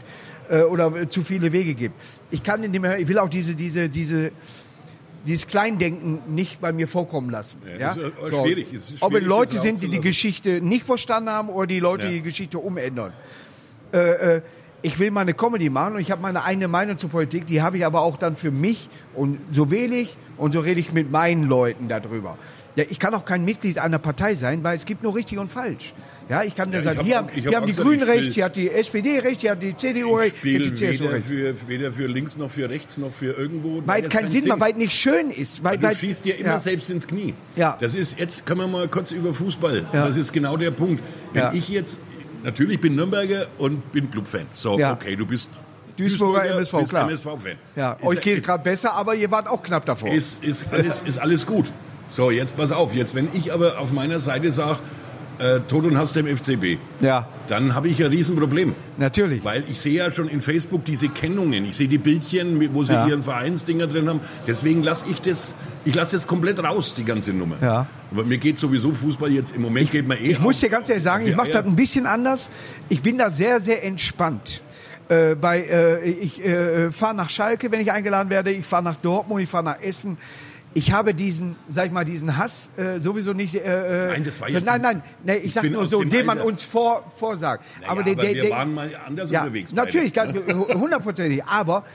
S1: äh, oder zu viele Wege gibt. Ich kann in dem, ich will auch diese, diese, diese, dieses Kleindenken nicht bei mir vorkommen lassen. Ja,
S2: Ja, das ist, äh, schwierig. Es ist
S1: Ob es
S2: schwierig,
S1: Leute
S2: das
S1: sind, die die
S2: rauszulassen.
S1: Geschichte nicht verstanden haben oder die Leute,
S2: Ja.
S1: die die Geschichte umändern. Äh, äh, ich will meine Comedy machen und ich habe meine eigene Meinung zur Politik, die habe ich aber auch dann für mich und so wähle ich und so rede ich mit meinen Leuten darüber. Ja, ich kann auch kein Mitglied einer Partei sein, weil es gibt nur richtig und falsch. Ja, ich kann nur
S2: ich
S1: sagen,
S2: hab
S1: hier
S2: auch-
S1: haben,
S2: ich
S1: hier
S2: hab
S1: haben die
S2: Angst, dass
S1: Grünen
S2: ich spiel-
S1: recht, hier hat die SPD recht, hier hat die CDU
S2: Ich
S1: recht, hier hat die
S2: spiele
S1: CSU
S2: weder
S1: recht.
S2: für, weder für links noch für rechts noch für irgendwo.
S1: Weil es
S2: Das
S1: keinen Sinn macht, weil es nicht schön ist. Weil,
S2: Du
S1: weil,
S2: schießt dir immer
S1: ja.
S2: selbst ins Knie.
S1: Ja.
S2: Das ist, jetzt können wir mal kurz über Fußball.
S1: Ja.
S2: Das ist genau der Punkt. Wenn
S1: Ja.
S2: ich jetzt, natürlich bin Nürnberger und bin Clubfan. So,
S1: Ja.
S2: okay, du bist
S1: Duisburger MSV,
S2: bist
S1: klar.
S2: MSV-Fan.
S1: Ja,
S2: Ist-
S1: euch geht
S2: ist-
S1: gerade besser, aber ihr wart auch knapp davor.
S2: ist, ist, alles, ist alles gut. So, jetzt pass auf. Jetzt, wenn ich aber auf meiner Seite sage, äh, Tod und Hass dem FCB,
S1: ja,
S2: dann habe ich ein Riesenproblem.
S1: natürlich.
S2: Weil ich sehe ja schon in Facebook diese Kennungen. Ich sehe die Bildchen, wo sie
S1: Ja.
S2: ihren Vereinsdinger drin haben. Deswegen lasse ich das, ich lasse das komplett raus, die ganze Nummer.
S1: Ja.
S2: Aber mir geht sowieso Fußball jetzt im Moment geht mir eh.
S1: Ich muss dir ganz ehrlich sagen, ich mache das ein bisschen anders. Ich bin da sehr, sehr entspannt. Äh, bei, äh, ich äh, fahre nach Schalke, wenn ich eingeladen werde. Ich fahre nach Dortmund, ich fahre nach Essen. Ich habe diesen, sag ich mal, diesen Hass äh, sowieso nicht. Äh, äh,
S2: Nein, das war
S1: so-
S2: jetzt
S1: Nein,
S2: ein-
S1: nein, nee, ich,
S2: Ich
S1: sag
S2: bin
S1: nur
S2: aus
S1: so,
S2: dem
S1: den man
S2: Alter.
S1: uns vor, vorsagt.
S2: aber,
S1: der, der,
S2: wir
S1: der,
S2: waren mal anders unterwegs. beide.
S1: Natürlich, ganz- hundertprozentig. Aber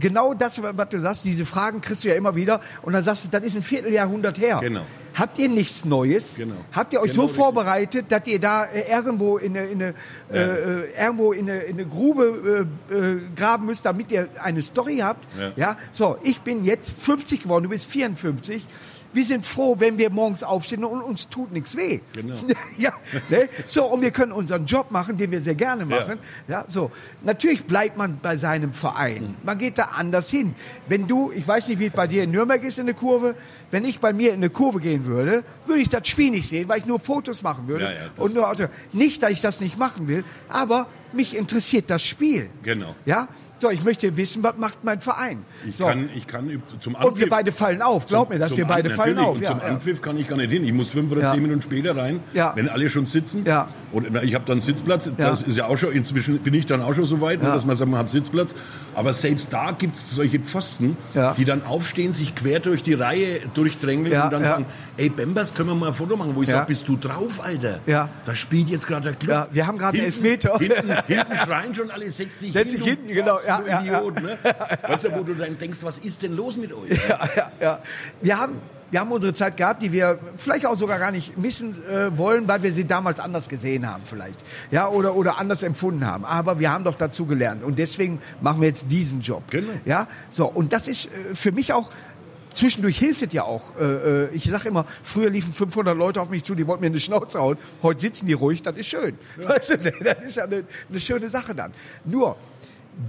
S1: genau das, was du sagst, diese Fragen kriegst du ja immer wieder. Und dann sagst du, das ist ein Vierteljahrhundert her.
S2: Genau.
S1: Habt ihr nichts Neues?
S2: Genau.
S1: Habt ihr euch so
S2: Genau richtig.
S1: vorbereitet, dass ihr da äh, irgendwo in eine, in eine, äh, äh, irgendwo in eine, in eine Grube äh, äh, graben müsst, damit ihr eine Story habt?
S2: Ja.
S1: So, ich bin jetzt 50 geworden, du bist 54. Wir sind froh, wenn wir morgens aufstehen und uns tut nichts weh.
S2: Genau.
S1: ja, ne? So, und wir können unseren Job machen, den wir sehr gerne machen. Ja. so. Natürlich bleibt man bei seinem
S2: Hm.
S1: Verein. Man geht da anders hin. Wenn du, ich weiß nicht, wie es bei dir in Nürnberg ist in der Kurve, wenn ich bei mir in eine Kurve gehen würde, würde ich das Spiel nicht sehen, weil ich nur Fotos machen würde.
S2: Ja, ja, das-
S1: und nur Auto. Nicht, dass ich das nicht machen will, aber mich interessiert das Spiel.
S2: Genau.
S1: Ja? So, ich möchte wissen, was macht mein Verein?
S2: Ich,
S1: so.
S2: kann, ich kann üb- zum Anpfiff...
S1: und wir beide fallen auf. Glaub mir, dass
S2: zum
S1: wir beide
S2: An-
S1: fallen
S2: natürlich.
S1: auf.
S2: Und
S1: Ja,
S2: zum
S1: ja.
S2: Anpfiff kann ich gar nicht hin. Ich muss fünf oder
S1: Ja.
S2: zehn Minuten später rein,
S1: Ja.
S2: wenn alle schon sitzen.
S1: Ja.
S2: Und na, ich habe dann Sitzplatz. Das ist ja auch schon, inzwischen bin ich dann auch schon so weit, ne,
S1: Ja.
S2: dass man sagt, man hat Sitzplatz. Aber selbst da gibt es solche Pfosten,
S1: Ja.
S2: die dann aufstehen, sich quer durch die Reihe durchdrängeln
S1: Ja,
S2: und dann
S1: ja.
S2: sagen, ey Bembers, können wir mal ein Foto machen? Wo ich
S1: Ja.
S2: sage, bist du drauf, Alter?
S1: Ja.
S2: Da spielt jetzt gerade der Club.
S1: Ja, wir haben gerade einen
S2: Hinten-
S1: Elfmeter.
S2: Hinten, hinten schreien schon alle, setz dich
S1: Setz dich
S2: du
S1: hinten, genau,
S2: Pfosten,
S1: ja,
S2: du
S1: ja, ja.
S2: Idiot. Ne? Weißt du, wo du dann denkst, was ist denn los mit euch?
S1: ja, ja, ja. Wir haben, wir haben unsere Zeit gehabt, die wir vielleicht auch sogar gar nicht missen äh, wollen, weil wir sie damals anders gesehen haben vielleicht. Ja, oder, oder anders empfunden haben. Aber wir haben doch dazu gelernt. Und deswegen machen wir jetzt diesen Job.
S2: Genau.
S1: Ja, so. Und das ist äh, für mich auch, zwischendurch hilft es ja auch. Äh, äh, ich sag immer, früher liefen 500 Leute auf mich zu, die wollten mir eine Schnauze hauen. Heute sitzen die ruhig, das ist schön. Weißt du, ne, das ist ja eine, eine schöne Sache dann. Nur,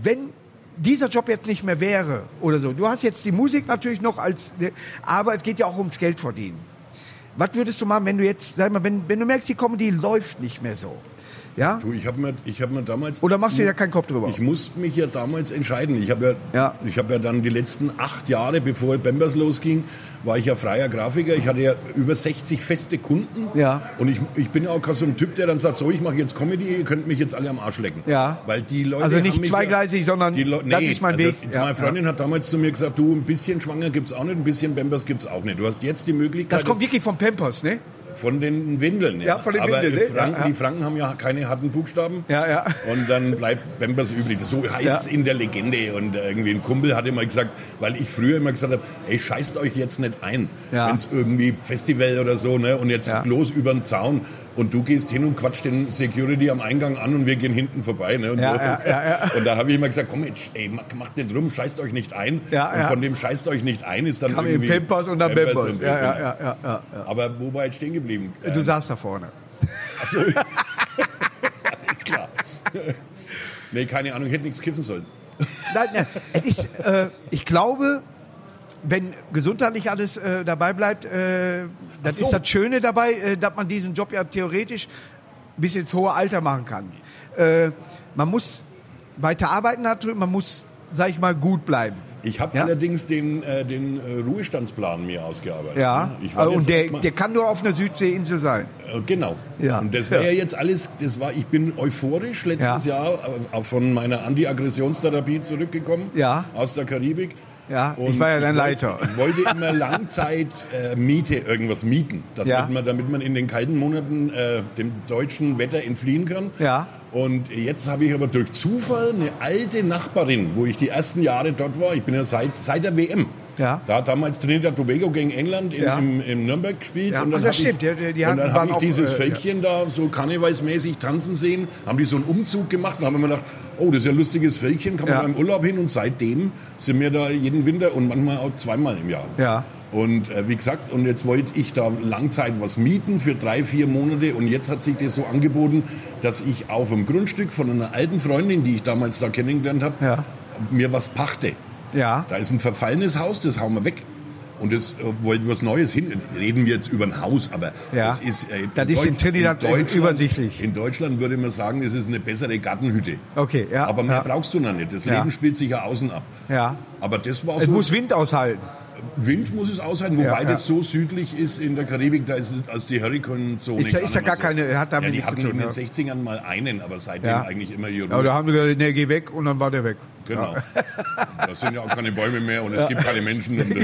S1: wenn dieser Job jetzt nicht mehr wäre oder so, du hast jetzt die Musik natürlich noch als, ne, aber es geht ja auch ums Geld verdienen. Was würdest du machen, wenn du jetzt, sag mal, wenn, wenn du merkst, die Comedy läuft nicht mehr so? Ja?
S2: Du, ich habe mir, ich hab mir damals.
S1: Oder machst du dir da keinen Kopf drüber?
S2: Ich musste mich ja damals entscheiden. Ich habe ja,
S1: Ja.
S2: ich hab ja dann die letzten acht Jahre, bevor Bembers losging, war ich ja freier Grafiker. Ich hatte ja über 60 feste Kunden.
S1: Ja.
S2: Und ich, ich bin ja auch so ein Typ, der dann sagt, so, ich mache jetzt Comedy, ihr könnt mich jetzt alle am Arsch lecken.
S1: Ja.
S2: Weil die Leute
S1: Also
S2: haben
S1: nicht
S2: mich
S1: zweigleisig, sondern
S2: die Leu-
S1: das ist mein Weg.
S2: die-
S1: Ja,
S2: meine Freundin hat damals zu mir gesagt, du, ein bisschen schwanger gibt's auch nicht, ein bisschen Bembers gibt's auch nicht. Du hast jetzt die Möglichkeit,
S1: Das kommt wirklich vom Pampers, ne?
S2: von den Windeln.
S1: Ja, von den
S2: Aber
S1: Windeln,
S2: die
S1: ne?
S2: Franken,
S1: Ja, ja.
S2: die Franken haben ja keine harten Buchstaben.
S1: Ja, ja.
S2: Und dann bleibt Pampers übrig. So heißt es
S1: Ja.
S2: in der Legende. Und äh, irgendwie ein Kumpel hat immer gesagt, weil ich früher immer gesagt habe, ey, scheißt euch jetzt nicht ein,
S1: Ja.
S2: wenn es irgendwie Festival oder so, ne? Und jetzt
S1: Ja.
S2: los über den Zaun. Und du gehst hin und quatscht den Security am Eingang an und wir gehen hinten vorbei. Ne? Und,
S1: Ja,
S2: so.
S1: ja, ja, ja.
S2: und da habe ich immer gesagt, komm jetzt, ey, mach- macht nicht rum, scheißt euch nicht ein.
S1: Ja,
S2: und
S1: ja.
S2: von dem scheißt euch nicht ein ist dann
S1: Kam eben
S2: irgendwie
S1: Pampers und dann Pampers.
S2: und
S1: Ja, ja, ja, ja, ja, ja.
S2: Aber wo war ich stehen geblieben? Äh,
S1: Du saßt da vorne.
S2: Ist klar. nee, keine Ahnung, ich hätte nichts kiffen sollen.
S1: Nein, nein, es ist, äh, ich glaube, wenn gesundheitlich alles äh, dabei bleibt, äh, das
S2: Ach so.
S1: ist das Schöne dabei, äh, dass man diesen Job ja theoretisch bis ins hohe Alter machen kann. Äh, man muss weiter arbeiten, natürlich, man muss, sag ich mal, gut bleiben.
S2: Ich habe
S1: Ja.
S2: allerdings den, äh, den äh, Ruhestandsplan mir ausgearbeitet. ne?
S1: Ja,
S2: Hm, Ich war
S1: also, und
S2: jetzt
S1: der,
S2: erstmal-
S1: der kann nur auf einer Südseeinsel sein.
S2: Äh, Genau.
S1: Ja.
S2: Und das wäre
S1: Ja.
S2: jetzt alles, das war, ich bin euphorisch letztes
S1: Ja.
S2: Jahr äh, auch von meiner Antiaggressionstherapie zurückgekommen
S1: Ja.
S2: aus der Karibik.
S1: Ja, ich war ja dein Leiter.
S2: Ich wollte, ich wollte immer Langzeit äh, Miete, irgendwas mieten, dass
S1: Ja.
S2: damit, man, damit man in den kalten Monaten äh, dem deutschen Wetter entfliehen kann.
S1: Ja.
S2: Und jetzt habe ich aber durch Zufall eine alte Nachbarin, wo ich die ersten Jahre dort war, ich bin ja seit, seit der WM.
S1: Ja.
S2: Da hat damals Trinidad Tobago gegen England in,
S1: Ja.
S2: im, im Nürnberg gespielt.
S1: Ja,
S2: und dann
S1: ach, das
S2: hab
S1: stimmt, ja, die- die
S2: Ich, und
S1: hatten-
S2: dann
S1: waren
S2: habe ich
S1: auch,
S2: dieses
S1: äh, ja.
S2: Völkchen da so karnevalsmäßig tanzen sehen, haben die so einen Umzug gemacht und haben mir gedacht, oh, das ist ja ein lustiges Völkchen, kann man
S1: Ja.
S2: mal im Urlaub hin. Und seitdem sind wir da jeden Winter und manchmal auch zweimal im Jahr.
S1: Ja.
S2: Und äh, wie gesagt, und jetzt wollte ich da Langzeit was mieten für drei, vier Monate. Und jetzt hat sich das so angeboten, dass ich auf dem Grundstück von einer alten Freundin, die ich damals da kennengelernt habe,
S1: Ja.
S2: mir was pachte.
S1: Ja.
S2: Da ist ein verfallenes Haus, das hauen wir weg. Und das äh, wollten was Neues hin. Reden wir jetzt über ein Haus, aber
S1: Ja.
S2: das ist, äh,
S1: Das ist in
S2: Deutsch-
S1: Trinidad übersichtlich.
S2: In Deutschland würde man sagen, es ist eine bessere Gartenhütte.
S1: Okay, ja.
S2: Aber mehr
S1: ja,
S2: brauchst du noch nicht. Das
S1: Ja.
S2: Leben spielt sich ja außen ab.
S1: ja.
S2: Aber das war
S1: Es
S2: so.
S1: muss Wind aushalten.
S2: Wind muss es aushalten, wobei
S1: Ja, ja.
S2: das so südlich ist in der Karibik, da ist es als die Hurrikanzone.
S1: Ist ja- ist ja
S2: nicht
S1: gar
S2: mehr
S1: keine- hat damit
S2: ja, die
S1: nichts zu
S2: hatten
S1: tun,
S2: in den
S1: ja.
S2: 60ern mal einen, aber seitdem
S1: Ja.
S2: eigentlich immer hier
S1: Ja, da haben wir gesagt, nee, geh weg und dann war der weg.
S2: Genau. Da sind ja auch keine Bäume mehr und es gibt keine Menschen. Und,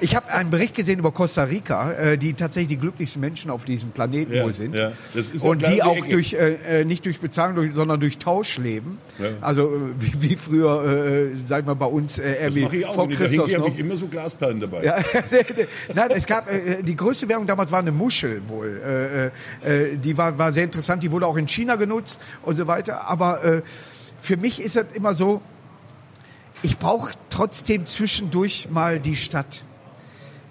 S1: Ich habe einen Bericht gesehen über Costa Rica, äh, die tatsächlich die glücklichsten Menschen auf diesem Planeten
S2: Ja,
S1: wohl sind.
S2: ja. Das ist
S1: und
S2: doch
S1: die
S2: klar um die
S1: auch
S2: Ecke.
S1: durch äh, äh, nicht durch Bezahlung, durch, sondern durch Tausch leben.
S2: Ja.
S1: Also äh, wie, wie früher, äh, sag ich mal, bei uns äh,
S2: das
S1: irgendwie
S2: mache ich auch.
S1: vor
S2: Wenn ich da
S1: Christus
S2: hingehe, habe
S1: noch.
S2: ich immer so Glasperlen dabei.
S1: Ja, nee, nee. Nein, es gab äh, die größte Währung damals war eine Muschel wohl. Äh, äh, die war, war sehr interessant, die wurde auch in China genutzt und so weiter. Aber äh, für mich ist das immer so, ich brauche trotzdem zwischendurch mal die Stadt.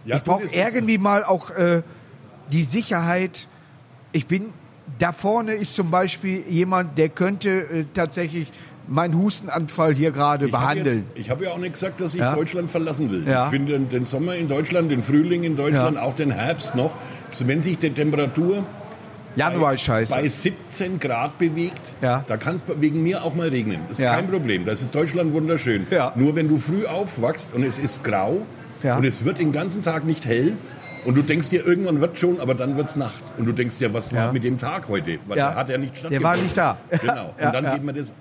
S2: Ja,
S1: Ich brauche
S2: das ist-
S1: irgendwie mal auch äh, die Sicherheit. Ich bin, da vorne ist zum Beispiel jemand, der könnte äh, tatsächlich meinen Hustenanfall hier gerade
S2: Ich habe
S1: behandeln.
S2: jetzt- Ich habe ja auch nicht gesagt, dass ich
S1: Ja.
S2: Deutschland verlassen will.
S1: Ja.
S2: Ich finde den Sommer in Deutschland, den Frühling in Deutschland,
S1: Ja.
S2: auch den Herbst noch. Also Wenn sich die Temperatur
S1: Januar-Scheiße.
S2: Bei 17 Grad bewegt,
S1: Ja.
S2: da kann es wegen mir auch mal regnen. Das ist
S1: Ja.
S2: kein Problem. Das ist Deutschland wunderschön.
S1: Ja.
S2: Nur wenn du früh aufwachst und es ist grau
S1: Ja.
S2: und es wird den ganzen Tag nicht hell und du denkst dir, irgendwann wird schon, aber dann wird es Nacht. Und du denkst dir, was
S1: Ja.
S2: war mit dem Tag heute? Weil
S1: Ja.
S2: der hat ja nicht
S1: Der
S2: stattgefunden.
S1: war nicht da.
S2: Genau.
S1: Ja,
S2: und dann
S1: ja.
S2: geht mir das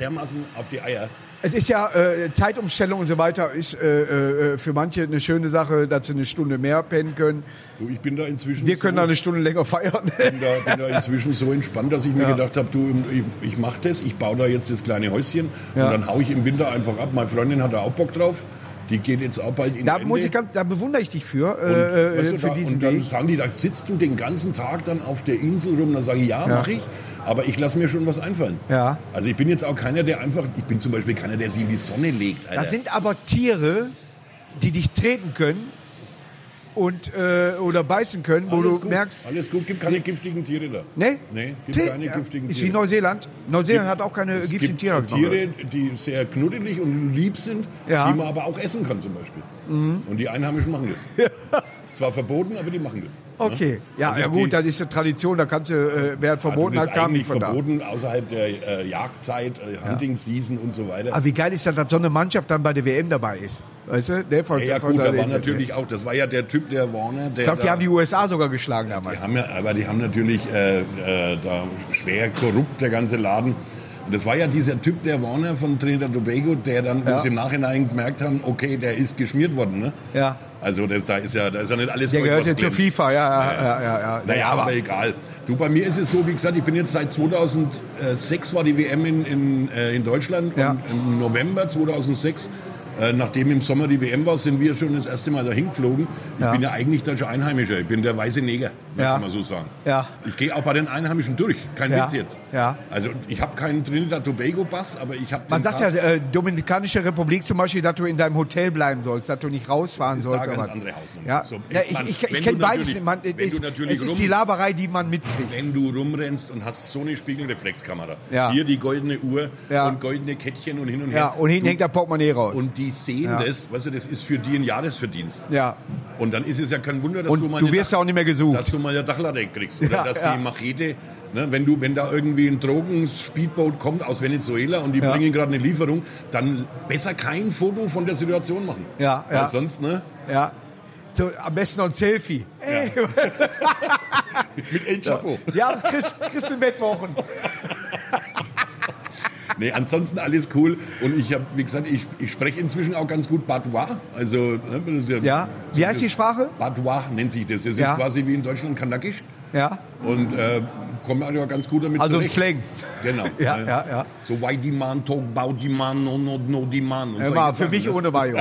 S2: dermaßen auf die Eier.
S1: Es ist ja äh, Zeitumstellung und so weiter ist äh, äh, für manche eine schöne Sache, dass sie eine Stunde mehr pennen können.
S2: Du, ich bin da inzwischen
S1: Wir können da
S2: so
S1: eine Stunde länger feiern.
S2: bin da, bin da inzwischen so entspannt, dass ich mir
S1: Ja.
S2: gedacht habe, du, ich, ich mache das, ich baue da jetzt das kleine Häuschen
S1: Ja.
S2: und dann hau ich im Winter einfach ab. Meine Freundin hat da auch Bock drauf. Die geht jetzt auch bald in
S1: Da
S2: Rente.
S1: muss ich ganz, da bewundere ich dich für,
S2: Und,
S1: äh,
S2: weißt
S1: äh,
S2: du,
S1: für
S2: da,
S1: diesen
S2: und dann
S1: Weg.
S2: sagen die, da sitzt du den ganzen Tag dann auf der Insel rum. Dann sage ich, ja, mache ich, aber ich lasse mir schon was einfallen.
S1: Ja.
S2: Also ich bin jetzt auch keiner, der einfach, ich bin zum Beispiel keiner, der sich in die Sonne legt. Alter.
S1: Das sind aber Tiere, die dich treten können und äh, oder beißen können, wo
S2: alles
S1: du
S2: gut,
S1: merkst,
S2: Alles gut, gibt keine giftigen Tiere da.
S1: ne?
S2: Nee, gibt
S1: Tier-
S2: keine
S1: ja,
S2: giftigen
S1: Ist wie
S2: Tiere.
S1: Neuseeland. Neuseeland hat auch keine
S2: Es
S1: giftigen
S2: gibt
S1: Tiere.
S2: Tiere, die sehr knuddelig und lieb sind,
S1: Ja. Mhm.
S2: die man aber auch essen kann zum Beispiel. Und die Einheimischen machen das. Ist zwar verboten, aber die machen das.
S1: Okay, ja,
S2: Also
S1: ja
S2: die-
S1: gut, das ist eine Tradition, da kannst du, äh, wer verboten
S2: das
S1: hat,
S2: ist
S1: kam
S2: eigentlich
S1: nicht von da.
S2: verboten außerhalb der äh, Jagdzeit, äh, Hunting Season und so weiter.
S1: Aber wie geil ist das, dass so eine Mannschaft dann bei der WM dabei ist? Weißt du? Der von,
S2: ja, ja
S1: von
S2: gut,
S1: der
S2: da war
S1: Insel, ne?
S2: natürlich auch, das war ja der Typ, der Warner, der
S1: Ich glaube, die
S2: da-
S1: haben die USA sogar geschlagen
S2: Die
S1: damals.
S2: haben ja, aber die haben natürlich äh, äh, da schwer korrupt der ganze Laden. Und das war ja dieser Typ, der Warner von Trinidad Tobago, der dann, wo
S1: Ja.
S2: sie im Nachhinein gemerkt haben, okay, der ist geschmiert worden, ne?
S1: Ja.
S2: Also das, da ist ja, da ist ja nicht alles.
S1: Der
S2: Gold,
S1: gehört
S2: was
S1: jetzt zur
S2: glänzt.
S1: FIFA, ja, ja, ja, ja. ja.
S2: Naja, aber egal. Du, bei mir ist es so, wie gesagt, ich bin jetzt seit 2006 war die WM in, in, äh, in Deutschland
S1: Ja.
S2: und im November 2006, äh, nachdem im Sommer die WM war, sind wir schon das erste Mal dahin geflogen. Ich
S1: Ja.
S2: bin ja eigentlich deutscher Einheimischer, ich bin der weiße Neger,
S1: Ja.
S2: kann man so sagen.
S1: Ja.
S2: Ich gehe auch bei den Einheimischen durch, kein
S1: Ja.
S2: Witz jetzt.
S1: Ja.
S2: Also ich habe keinen Trinidad Tobago Bass, aber ich habe
S1: Man sagt ja, äh, Dominikanische Republik zum Beispiel, dass du in deinem Hotel bleiben sollst, dass du nicht rausfahren
S2: Das ist da
S1: sollst.
S2: ganz
S1: aber-
S2: andere Hausnummer.
S1: Ja,
S2: So,
S1: ja
S2: man-
S1: ich, ich, ich
S2: wenn
S1: kenne
S2: du
S1: beides.
S2: natürlich-
S1: Man, es
S2: wenn du
S1: ist,
S2: natürlich
S1: es ist
S2: rum-
S1: die Laberei, die man mitkriegt.
S2: Wenn du rumrennst und hast so eine Spiegelreflexkamera.
S1: Ja.
S2: Hier die goldene Uhr
S1: Ja.
S2: und goldene Kettchen und hin und her.
S1: Ja, und hinten
S2: Du-
S1: hängt der Portemonnaie raus.
S2: Und die sehen
S1: Ja.
S2: das, weißt du, das ist für die ein Jahresverdienst.
S1: ja,
S2: Und dann ist es ja kein Wunder, dass
S1: und
S2: du mal
S1: du
S2: eine
S1: wirst ja
S2: Dach-
S1: auch nicht mehr
S2: dass
S1: gesucht.
S2: du mal eine Dachlade kriegst oder
S1: Ja,
S2: dass
S1: ja.
S2: die Machete, ne, wenn du wenn da irgendwie ein Drogenspeedboat kommt aus Venezuela und die
S1: Ja.
S2: bringen gerade eine Lieferung, dann besser kein Foto von der Situation machen.
S1: Ja,
S2: Weil
S1: ja.
S2: sonst ne
S1: Ja. So, am besten noch ein Selfie. Ey,
S2: mit El Chapo.
S1: ja, Christ, Christ in Bettwochen.
S2: Nee, ansonsten alles cool. Und ich habe, wie gesagt, ich, ich spreche inzwischen auch ganz gut Batois. Also, ne, das ist
S1: Ja. Wie heißt die Sprache?
S2: Batois nennt sich das. Das
S1: Ja.
S2: ist quasi wie in Deutschland Kanakisch.
S1: Ja.
S2: Und äh, komme auch ganz gut damit
S1: Also ein
S2: zurecht.
S1: Slang.
S2: Genau.
S1: Ja, ja, ja.
S2: So why die man talk about die man, no, no, no die man. Und
S1: Hör
S2: solche
S1: mal, für
S2: Sachen,
S1: mich
S2: ne?
S1: ohne Mayo.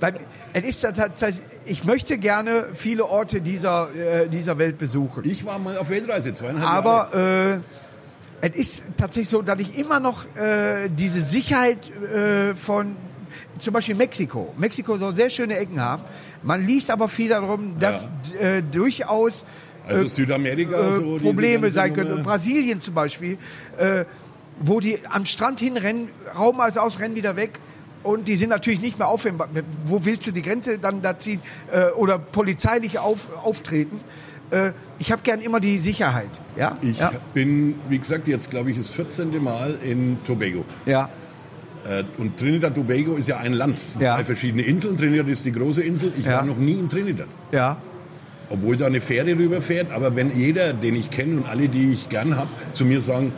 S1: Weil es ist das, das heißt, ich möchte gerne viele Orte dieser, äh, dieser Welt besuchen.
S2: Ich war mal auf Weltreise, zweieinhalb Jahre.
S1: Aber äh, es ist tatsächlich so, dass ich immer noch äh, diese Sicherheit äh, von zum Beispiel Mexiko. Mexiko soll sehr schöne Ecken haben. Man liest aber viel darum, dass äh, durchaus
S2: Also Südamerika,
S1: äh,
S2: so ne? diese
S1: Probleme
S2: ganze
S1: sein können.
S2: Nummer.
S1: Und Brasilien zum Beispiel, äh, wo die am Strand hinrennen, Raum als aus, rennen wieder weg. Und die sind natürlich nicht mehr auffindbar. Wo willst du die Grenze dann da ziehen äh, oder polizeilich auf, auftreten? Äh, ich habe gern immer die Sicherheit. Ja?
S2: Ich
S1: ja.
S2: bin, wie gesagt, jetzt glaube ich das 14. Mal in Tobago.
S1: ja.
S2: Äh, Und Trinidad Tobago ist ja ein Land. Es sind
S1: Ja.
S2: zwei verschiedene Inseln. Trinidad ist die große Insel. Ich
S1: Ja.
S2: war noch nie in Trinidad.
S1: Ja.
S2: Obwohl da eine Fähre rüberfährt. Aber wenn jeder, den ich kenne und alle, die ich gern habe, zu mir sagen,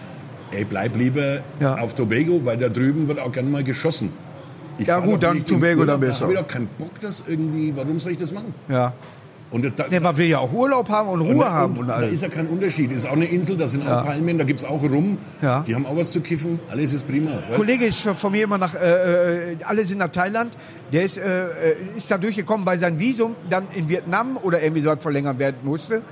S2: ey, bleib lieber
S1: Ja.
S2: auf Tobago, weil da drüben wird auch gern mal geschossen. Ich
S1: Ja,
S2: fahr
S1: gut,
S2: doch
S1: dann
S2: nicht in
S1: Tobago dann
S2: Urlaub, da
S1: besser.
S2: hab Ich habe keinen Bock, das irgendwie, warum soll ich das machen?
S1: ja.
S2: Und da,
S1: Nee, man will ja auch Urlaub haben und Ruhe
S2: und,
S1: haben
S2: und
S1: und
S2: da
S1: alles.
S2: ist ja kein Unterschied. Ist auch eine Insel, da sind
S1: Ja.
S2: auch Palmen, da gibt es auch Rum.
S1: Ja.
S2: Die haben auch was zu kiffen. Alles ist prima.
S1: Ein Kollege ist von mir immer nach, äh, äh, alle sind nach Thailand. Der ist, äh, äh, ist da durchgekommen, weil sein Visum dann in Vietnam oder irgendwie so verlängert werden musste.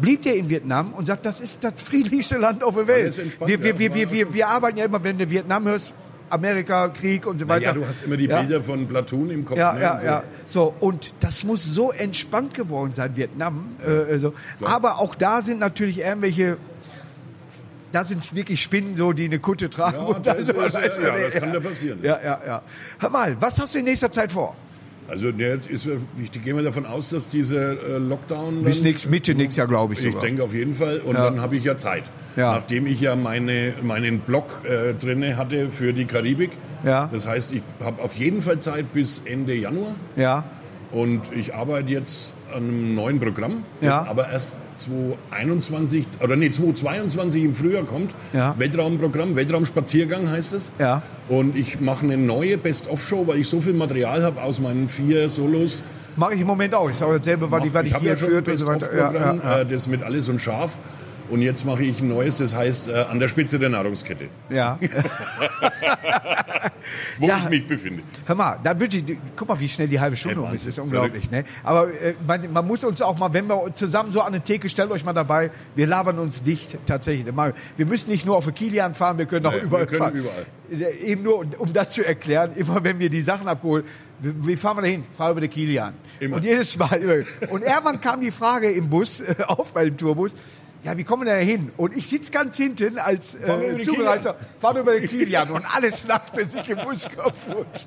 S1: Blieb der in Vietnam und sagt, das ist das friedlichste Land auf der Welt.
S2: Alles entspannt,
S1: Wir, wir,
S2: ja,
S1: wir,
S2: war
S1: wir, wir, wir arbeiten ja immer, wenn du Vietnam hörst, Amerika, Krieg und so weiter.
S2: ja, du hast immer die
S1: Ja.
S2: Bilder von Platoon im Kopf.
S1: Ja,
S2: ne?
S1: ja,
S2: Also-
S1: ja. So, und das muss so entspannt geworden sein, Vietnam. Äh, also. Aber auch da sind natürlich irgendwelche, da sind wirklich Spinnen so, die eine Kutte tragen.
S2: Ja,
S1: und
S2: das
S1: dann so, Also,
S2: ist- ja,
S1: weißt du,
S2: ja, das kann ja passieren.
S1: Ja, ja, ja. Hör mal, was hast du in nächster Zeit vor?
S2: Äh, Also ne, ist, ich gehe mal davon aus, dass dieser äh, Lockdown dann-
S1: Bis nächst, Mitte nächstes Jahr, glaube ich
S2: ich
S1: sogar.
S2: denke auf jeden Fall. Und
S1: Ja.
S2: dann habe ich ja Zeit.
S1: Ja.
S2: Nachdem ich ja meine, meinen Blog äh, drinne hatte für die Karibik.
S1: Ja.
S2: Das heißt, ich habe auf jeden Fall Zeit bis Ende Januar.
S1: ja,
S2: Und ich arbeite jetzt an einem neuen Programm, das
S1: Ja.
S2: aber erst 2021 oder nee, 2022 im Frühjahr kommt.
S1: Ja.
S2: Weltraumprogramm, Weltraumspaziergang heißt es.
S1: ja.
S2: Und ich mache eine neue Best-of-Show, weil ich so viel Material habe aus meinen vier Solos.
S1: Mache ich im Moment auch. Ist auch dasselbe, weil ich, weil ich
S2: hab
S1: hier
S2: schon
S1: führt und
S2: ein
S1: so weiter. Ja,
S2: Best-of-Programm,
S1: ja,
S2: äh, das mit alles und scharf. Und jetzt mache ich ein neues, das heißt äh, an der Spitze der Nahrungskette,
S1: ja. ja.
S2: wo
S1: Ja.
S2: ich mich befinde.
S1: Hör mal, dann wird die, guck mal, wie schnell die halbe Stunde
S2: Ey,
S1: um ist. Ist
S2: Wahnsinn.
S1: unglaublich, ne? Aber äh, man, man muss uns auch mal, wenn wir zusammen so an eine Theke, stellt euch mal dabei, wir labern uns dicht tatsächlich. Mal, wir müssen nicht nur auf den Kilian fahren, wir können auch
S2: Nee, wir
S1: überall
S2: können
S1: fahren.
S2: überall.
S1: Äh, Eben nur, um- um das zu erklären, immer wenn wir die Sachen abgeholt, wie wie fahren wir dahin? Fahr über den Kilian.
S2: Immer.
S1: Und jedes Mal. über- Und irgendwann kam die Frage im Bus, äh, auf meinem Tourbus, ja, wie kommen wir da hin? Und ich sitze ganz hinten als
S2: Fahren wir über
S1: äh,
S2: den
S1: Zugereister, fahren über den Kilian und alles lachte sich im Bus kaputt.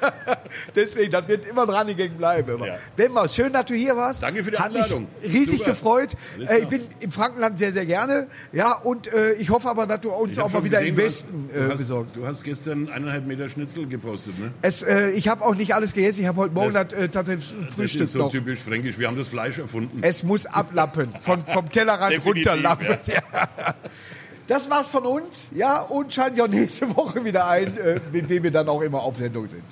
S1: Deswegen, das wird immer dran gegangen bleiben. Immer.
S2: Ja.
S1: Benmar, schön, dass du hier warst.
S2: Danke für die
S1: Hat mich
S2: Einladung.
S1: Riesig
S2: Super.
S1: gefreut.
S2: Alles
S1: Äh, ich
S2: klar.
S1: bin im Frankenland sehr, sehr gerne. Ja, und äh, ich hoffe aber, dass du uns
S2: hab
S1: auch mal
S2: schon
S1: wieder
S2: gesehen,
S1: im
S2: du hast-
S1: Westen
S2: du
S1: äh,
S2: hast,
S1: besorgst.
S2: Du hast gestern eineinhalb Meter Schnitzel gepostet, ne?
S1: Es, äh, ich habe auch nicht alles gegessen. Ich habe heute Morgen
S2: Das-
S1: das, äh, tatsächlich Frühstück
S2: das ist so
S1: noch.
S2: typisch fränkisch. Wir haben das Fleisch erfunden.
S1: Es muss ablappen. Von, vom Tellerrand
S2: Definitiv,
S1: runterlappen. Ja. Das war's von uns. Ja, und schalten Sie auch nächste Woche wieder ein, äh, mit wem wir dann auch immer auf Sendung sind.